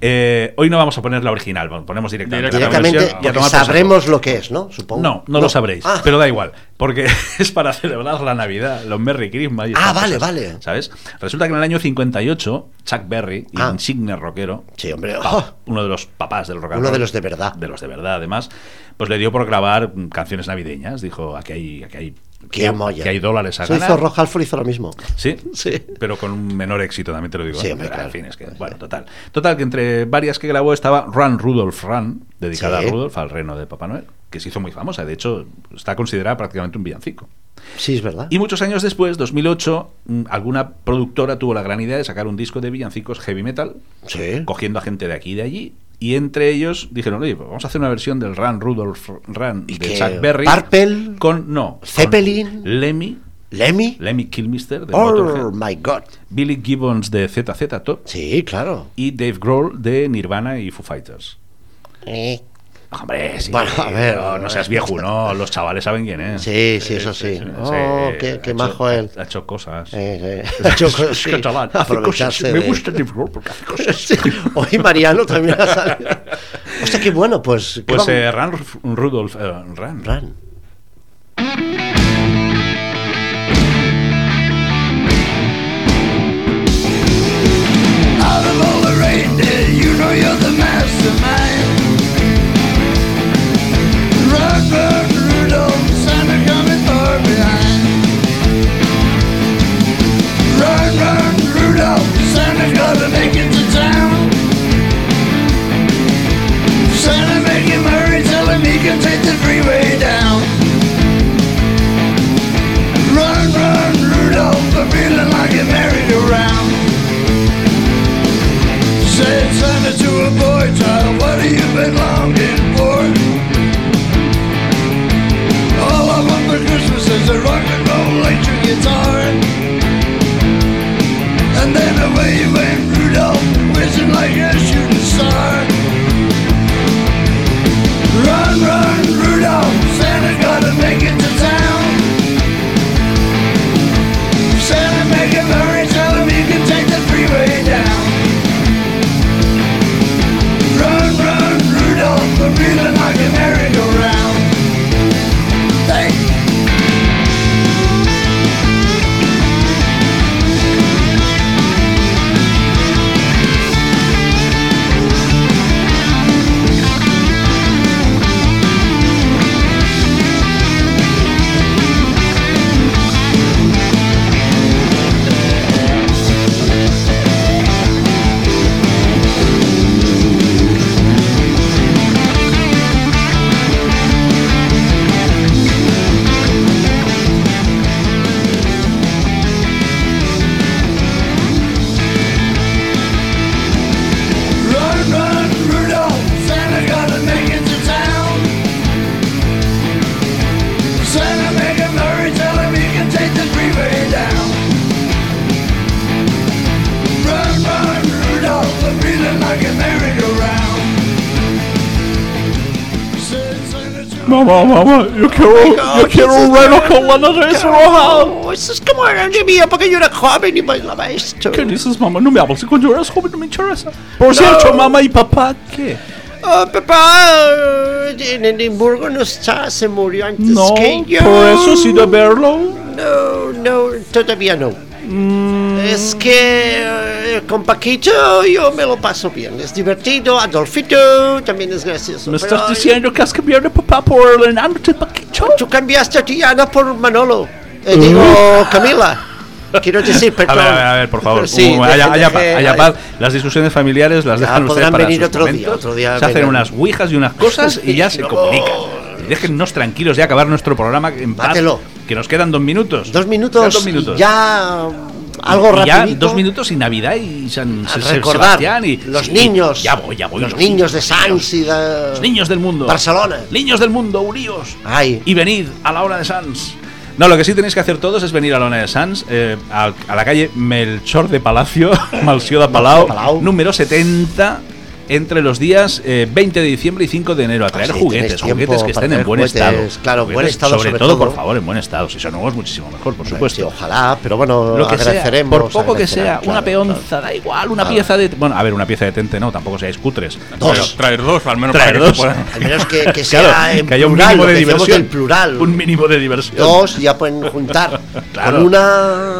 Speaker 3: Eh, hoy no vamos a poner la original, bueno, ponemos directamente. la
Speaker 1: Directamente,
Speaker 3: versión y a
Speaker 1: porque
Speaker 3: tomar por saco.
Speaker 1: sabremos lo que es, ¿no? Supongo.
Speaker 3: No, no, lo sabréis,
Speaker 1: Ah,
Speaker 3: pero da igual, porque [LAUGHS] es para celebrar la Navidad, los Merry Christmas. y
Speaker 1: Ah,
Speaker 3: estas
Speaker 1: vale,
Speaker 3: cosas,
Speaker 1: vale.
Speaker 3: ¿Sabes? Resulta que en el año 58, Chuck Berry,
Speaker 1: Ah.
Speaker 3: insigne rockero,
Speaker 1: Sí, hombre.
Speaker 3: pa-
Speaker 1: oh,
Speaker 3: uno de los papás del rock and
Speaker 1: Uno de
Speaker 3: roll,
Speaker 1: los de verdad.
Speaker 3: de los de verdad, además, pues le dio por grabar mm, canciones navideñas. Dijo, aquí hay, aquí hay, eh,
Speaker 1: Qué molla.
Speaker 3: aquí hay dólares a
Speaker 1: Eso
Speaker 3: ganar.
Speaker 1: hizo Rock Halford, hizo lo mismo.
Speaker 3: Sí,
Speaker 1: Sí.
Speaker 3: pero con un menor éxito, también te lo digo.
Speaker 1: Sí,
Speaker 3: ¿eh?
Speaker 1: hombre,
Speaker 3: Pero,
Speaker 1: claro. Pues
Speaker 3: en fin, es que, bueno, total. Total, que entre varias que grabó estaba Run Rudolph Run, dedicada
Speaker 1: Sí.
Speaker 3: a Rudolph, al reno de Papá Noel, que se hizo muy famosa. De hecho, está considerada prácticamente un villancico.
Speaker 1: Sí, es verdad.
Speaker 3: Y muchos años después, 2008, mm, alguna productora tuvo la gran idea de sacar un disco de villancicos heavy metal,
Speaker 1: Sí.
Speaker 3: cogiendo a gente de aquí y de allí. Y entre ellos dijeron, oye, pues vamos a hacer una versión del Run Rudolph Run
Speaker 1: ¿Y
Speaker 3: de
Speaker 1: qué?
Speaker 3: Chuck Berry.
Speaker 1: ¿Purple?
Speaker 3: Con, no. con
Speaker 1: ¿Zeppelin?
Speaker 3: Lemmy.
Speaker 1: ¿Lemmy?
Speaker 3: Lemmy Kilmister de
Speaker 1: Oh,
Speaker 3: Motorhead.
Speaker 1: my God.
Speaker 3: Billy Gibbons de ZZ Top
Speaker 1: Sí, claro.
Speaker 3: y Dave Grohl de Nirvana y Foo Fighters.
Speaker 1: Eh,
Speaker 3: Hombre, sí.
Speaker 1: Bueno, a ver,
Speaker 3: no, no seas viejo, no. Los chavales saben quién es.
Speaker 1: Sí, sí, eso sí. Oh, qué- qué
Speaker 3: ha hecho-
Speaker 1: majo él.
Speaker 3: Ha hecho cosas. [LAUGHS]
Speaker 1: eh, eh.
Speaker 3: Es que, chaval, hace cosas.
Speaker 1: Aprovecharse
Speaker 3: Me
Speaker 1: de-
Speaker 3: gusta Dave Grohl porque hace cosas.
Speaker 1: Sí. Hoy Mariano también ha salido. O sea, qué bueno, pues. ¿qué
Speaker 3: Pues
Speaker 1: vamos-
Speaker 3: eh, Ran Ruf- Rudolf. eh, Ran.
Speaker 1: Ran.
Speaker 4: Out of all the reindeer, you know you're the mastermind. Rudolph, Rudolph, Santa coming far behind. Run, run, Rudolph, Santa I've been longing for. All I want for Christmas is a rock and roll electric guitar. And then away went Rudolph, whizzing like a shooting star. Run, run, Rudolph, Santa gotta make it to town. Santa make him hurry, tell him you can take the freeway down. Run, run, Rudolph, I'm feeling like a merry-go-round. Hey! Run, run, Rudolph, Santa gotta make it to town. Santa make him hurry, tell him he can take the freeway down. Run, run, Rudolph, I'm feeling like a merry-go-round. Said Santa Claus-
Speaker 5: Mamá, mamá, yo quiero, yo quiero un reno con lana de roja.
Speaker 1: Oh, esto es como era de mí porque yo era joven y bailaba esto.
Speaker 5: ¿Qué dices, mamá? No me hables. Cuando eras joven no me interesa. Por cierto, mamá y papá, ¿qué?
Speaker 1: Oh, papá, eh, en Edimburgo no está, se murió antes
Speaker 5: No,
Speaker 1: que yo.
Speaker 5: por eso has ido a verlo.
Speaker 1: No, no, todavía no.
Speaker 3: Mm.
Speaker 1: Es que eh, con Paquito yo me lo paso bien. Es divertido, Adolfito también es gracioso.
Speaker 5: Me
Speaker 1: pero,
Speaker 5: estás
Speaker 1: eh,
Speaker 5: diciendo que has cambiado a papá por el enano de Paquito.
Speaker 1: Tú cambiaste a Tiana por Manolo. Eh, digo,
Speaker 3: [LAUGHS]
Speaker 1: Camila. Quiero decir,
Speaker 3: Uh. A
Speaker 1: perdón.
Speaker 3: ver, a ver, a ver, por favor.
Speaker 1: Pero sí,
Speaker 3: Un- allá,
Speaker 1: deje-
Speaker 3: allá pa-
Speaker 1: deje-
Speaker 3: allá pa- Las discusiones familiares las
Speaker 1: Ya,
Speaker 3: dejan ustedes
Speaker 1: podrán
Speaker 3: para
Speaker 1: venir
Speaker 3: sus
Speaker 1: otro día,
Speaker 3: momentos.
Speaker 1: otro día
Speaker 3: se hacen
Speaker 1: vengan.
Speaker 3: unas ouijas y unas cosas y ya
Speaker 1: [LAUGHS]
Speaker 3: se
Speaker 1: No.
Speaker 3: comunican. Y déjennos tranquilos de acabar nuestro programa en paz.
Speaker 1: Mátelo.
Speaker 3: Que nos quedan dos minutos.
Speaker 1: Dos minutos.
Speaker 3: Quedan dos minutos.
Speaker 1: y Ya algo
Speaker 3: Y ya
Speaker 1: rapidito.
Speaker 3: dos minutos y Navidad y San
Speaker 1: A
Speaker 3: Se- Se-
Speaker 1: recordar
Speaker 3: Sebastián y
Speaker 1: los
Speaker 3: sí,
Speaker 1: niños.
Speaker 3: Ya voy, ya voy.
Speaker 1: Los niños de Sans y de.
Speaker 3: Los niños del mundo.
Speaker 1: Barcelona.
Speaker 3: Niños del mundo, uníos.
Speaker 1: Ay.
Speaker 3: Y venid a la hora de Sans. No, lo que sí tenéis que hacer todos es venir a la hora de Sans, eh, a, a la calle Melchor de Palacio, [LAUGHS] Malsió de Palau,
Speaker 1: Palau.
Speaker 3: número 70, entre los días eh, 20 de diciembre y 5 de enero, a traer
Speaker 1: sí,
Speaker 3: juguetes,
Speaker 1: tenéis tiempo
Speaker 3: juguetes que
Speaker 1: para
Speaker 3: estén en
Speaker 1: traer
Speaker 3: buen
Speaker 1: juguetes,
Speaker 3: estado.
Speaker 1: claro, buen estado
Speaker 3: sobre,
Speaker 1: sobre
Speaker 3: todo,
Speaker 1: todo.
Speaker 3: por favor, en buen estado. Si son nuevos, muchísimo mejor, por
Speaker 1: Sí,
Speaker 3: supuesto.
Speaker 1: ojalá, pero bueno,
Speaker 3: Lo que sea,
Speaker 1: agradeceremos.
Speaker 3: por poco que sea,
Speaker 1: agradecerá,
Speaker 3: una
Speaker 1: claro,
Speaker 3: peonza,
Speaker 1: claro.
Speaker 3: da igual, una
Speaker 1: Claro.
Speaker 3: pieza de... Bueno, a ver, una pieza de tente no, tampoco seáis cutres.
Speaker 1: Dos.
Speaker 2: Traer dos, al menos.
Speaker 3: Traer
Speaker 2: para que se
Speaker 3: dos.
Speaker 2: puedan-
Speaker 1: [LAUGHS] Al menos que, que sea
Speaker 3: Claro,
Speaker 1: en
Speaker 3: que haya un
Speaker 1: plural,
Speaker 3: mínimo
Speaker 1: lo
Speaker 3: de
Speaker 1: que decíamos
Speaker 3: diversión.
Speaker 1: del plural.
Speaker 3: Un mínimo de diversión.
Speaker 1: Dos ya pueden
Speaker 3: [LAUGHS]
Speaker 1: juntar.
Speaker 3: Claro.
Speaker 1: Con una.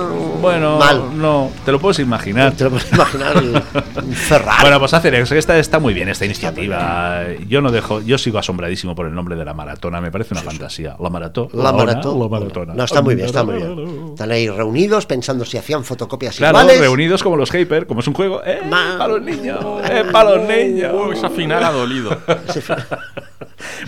Speaker 3: Bueno,
Speaker 1: Mal.
Speaker 3: no, te lo puedes imaginar.
Speaker 1: Te lo puedes imaginar. un Ferrari.
Speaker 3: Bueno, pues hacer eso. Esta está muy bien esta iniciativa. Yo no dejo, yo sigo asombradísimo por el nombre de la maratona. Me parece una fantasía. La maratón.
Speaker 1: La maratón.
Speaker 3: La maratona.
Speaker 1: No, está muy bien, está muy bien. Están ahí reunidos pensando si hacían fotocopias
Speaker 3: Claro,
Speaker 1: iguales.
Speaker 3: reunidos como los hyper, como es un juego. ¡Eh,
Speaker 1: Ma-
Speaker 3: para los niños! ¡Eh, para los
Speaker 2: Uh,
Speaker 3: niños!
Speaker 2: esa final ha dolido.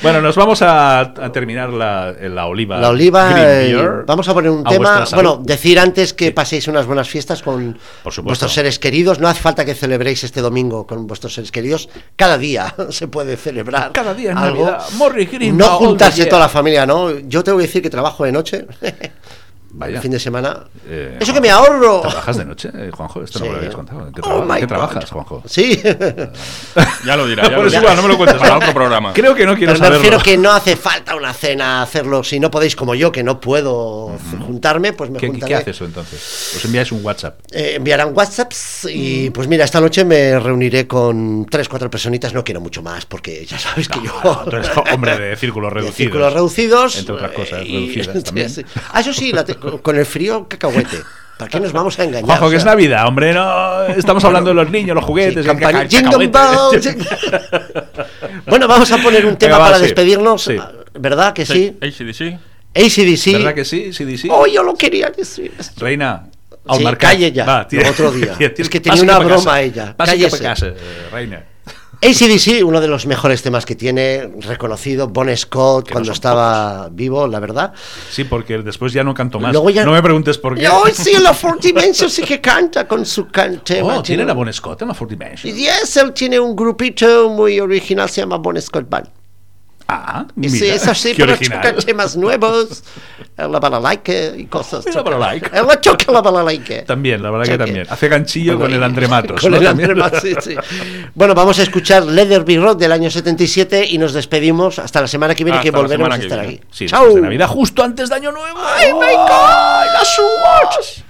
Speaker 3: Bueno, nos vamos a, a terminar la, la oliva.
Speaker 1: La oliva,
Speaker 3: Ah, Green
Speaker 1: eh,
Speaker 3: Beer. Ah,
Speaker 1: vamos a poner un
Speaker 3: A
Speaker 1: tema.
Speaker 3: vuestra salud.
Speaker 1: Bueno, decir antes que paséis unas buenas fiestas con
Speaker 3: Por supuesto.
Speaker 1: vuestros seres queridos. No hace falta que celebréis este domingo con vuestros seres queridos. Cada día [LAUGHS] se puede celebrar.
Speaker 3: Cada día es
Speaker 1: algo.
Speaker 3: Navidad. Morris Green,
Speaker 1: No
Speaker 3: all the
Speaker 1: juntarse
Speaker 3: year.
Speaker 1: toda la familia, ¿no? Yo tengo que decir que trabajo de noche,
Speaker 3: [LAUGHS] Vaya.
Speaker 1: el fin de semana.
Speaker 3: Eh,
Speaker 1: Eso que me ahorro.
Speaker 3: ¿Trabajas de noche, eh, Juanjo? Esto no
Speaker 1: Sí.
Speaker 3: me lo habías contado. ¿En qué,
Speaker 1: Oh
Speaker 3: traba-
Speaker 1: my
Speaker 3: qué
Speaker 1: God.
Speaker 3: trabajas, Juanjo? [LAUGHS]
Speaker 1: Sí,
Speaker 2: Ya lo dirá. Ya
Speaker 3: Bueno,
Speaker 2: lo
Speaker 3: es
Speaker 2: dirá.
Speaker 3: igual, no me lo cuentes.
Speaker 2: Para otro programa.
Speaker 3: Creo que no
Speaker 1: pero
Speaker 3: quiero
Speaker 1: me
Speaker 3: saberlo.
Speaker 1: refiero que no hace falta una cena hacerlo. Si no podéis como yo, que no puedo juntarme, pues me
Speaker 3: ¿Qué, qué
Speaker 1: juntaré.
Speaker 3: haces tú entonces? Os enviáis un WhatsApp.
Speaker 1: Eh, enviarán WhatsApps
Speaker 3: Mm.
Speaker 1: y pues mira, esta noche me reuniré con tres, cuatro personitas, no quiero mucho más porque ya [LAUGHS] sabes que yo... [LAUGHS]
Speaker 3: Tú eres hombre de círculos
Speaker 1: Oh. de
Speaker 3: reducidos.
Speaker 1: círculos reducidos.
Speaker 3: Entre otras cosas,
Speaker 1: eh,
Speaker 3: reducidas
Speaker 1: [LAUGHS]
Speaker 3: también.
Speaker 1: sí, sí. Ah, eso sí, la te- con el frío cacahuete. ¿Para qué nos vamos a engañar?
Speaker 3: Juanjo,
Speaker 1: O
Speaker 3: que es
Speaker 1: sea,
Speaker 3: Navidad, hombre, no. Estamos hablando de los niños, los
Speaker 1: sí,
Speaker 3: juguetes, el
Speaker 1: campana-
Speaker 3: caca-
Speaker 1: Jingle
Speaker 3: [LAUGHS] cacahuete.
Speaker 1: bells.
Speaker 3: [LAUGHS]
Speaker 1: bueno, vamos a poner un tema
Speaker 3: Venga, va,
Speaker 1: para
Speaker 3: sí.
Speaker 1: despedirnos.
Speaker 3: Sí.
Speaker 1: ¿Verdad que sí?
Speaker 2: ACDC.
Speaker 1: ACDC.
Speaker 3: ¿Verdad que sí? Sí, sí, sí.
Speaker 1: Oh, yo lo quería decir.
Speaker 3: Reina, al
Speaker 1: Sí,
Speaker 3: marcat.
Speaker 1: calle ya,
Speaker 3: tira-
Speaker 1: otro día.
Speaker 3: [LAUGHS] tira-
Speaker 1: Es que tenía
Speaker 3: passa
Speaker 1: una
Speaker 3: cap a
Speaker 1: broma
Speaker 3: casa.
Speaker 1: ella.
Speaker 3: Passa cap a
Speaker 1: Cállese.
Speaker 3: casa, eh, reina.
Speaker 1: ACDC, uno de los mejores temas que tiene, reconocido, Bon Scott,
Speaker 3: Que no
Speaker 1: cuando
Speaker 3: son
Speaker 1: estaba vivo, la verdad.
Speaker 3: Sí, porque después ya no canto más.
Speaker 1: Luego ya-
Speaker 3: No me preguntes por qué.
Speaker 1: No, sí, en la
Speaker 3: [LAUGHS]
Speaker 1: Four Dimensions sí que canta con su can- tema.
Speaker 3: Oh, tiene
Speaker 1: ¿no?
Speaker 3: la Bon Scott en la Fort Dimension.
Speaker 1: Y yes, él tiene un grupito muy original, se llama Bon Scott Band.
Speaker 3: Ah,
Speaker 1: Y
Speaker 3: mira,
Speaker 1: sí, es así,
Speaker 3: qué
Speaker 1: pero
Speaker 3: original.
Speaker 1: toca temas nuevos, él la balalaika y cosas.
Speaker 3: Mira,
Speaker 1: toca.
Speaker 3: balalaika.
Speaker 1: Él la toca la balalaika.
Speaker 3: También, la verdad
Speaker 1: O sea
Speaker 3: que
Speaker 1: que-
Speaker 3: también. Hace ganchillo con el
Speaker 1: [LAUGHS]
Speaker 3: Andrematos.
Speaker 1: Con
Speaker 3: ¿no?
Speaker 1: el
Speaker 3: También.
Speaker 1: Andrematos, sí, sí. Bueno, vamos a escuchar Leatherby Rock del año 77 y nos despedimos hasta la semana que viene,
Speaker 2: Hasta
Speaker 1: que
Speaker 2: la
Speaker 1: volveremos
Speaker 2: semana
Speaker 1: a
Speaker 2: que
Speaker 1: estar ¡Oh
Speaker 2: viene.
Speaker 1: aquí.
Speaker 3: Sí,
Speaker 1: Chao.
Speaker 3: después de Navidad, justo antes de Año Nuevo. ¡Ay, my God! ¡Las uvas!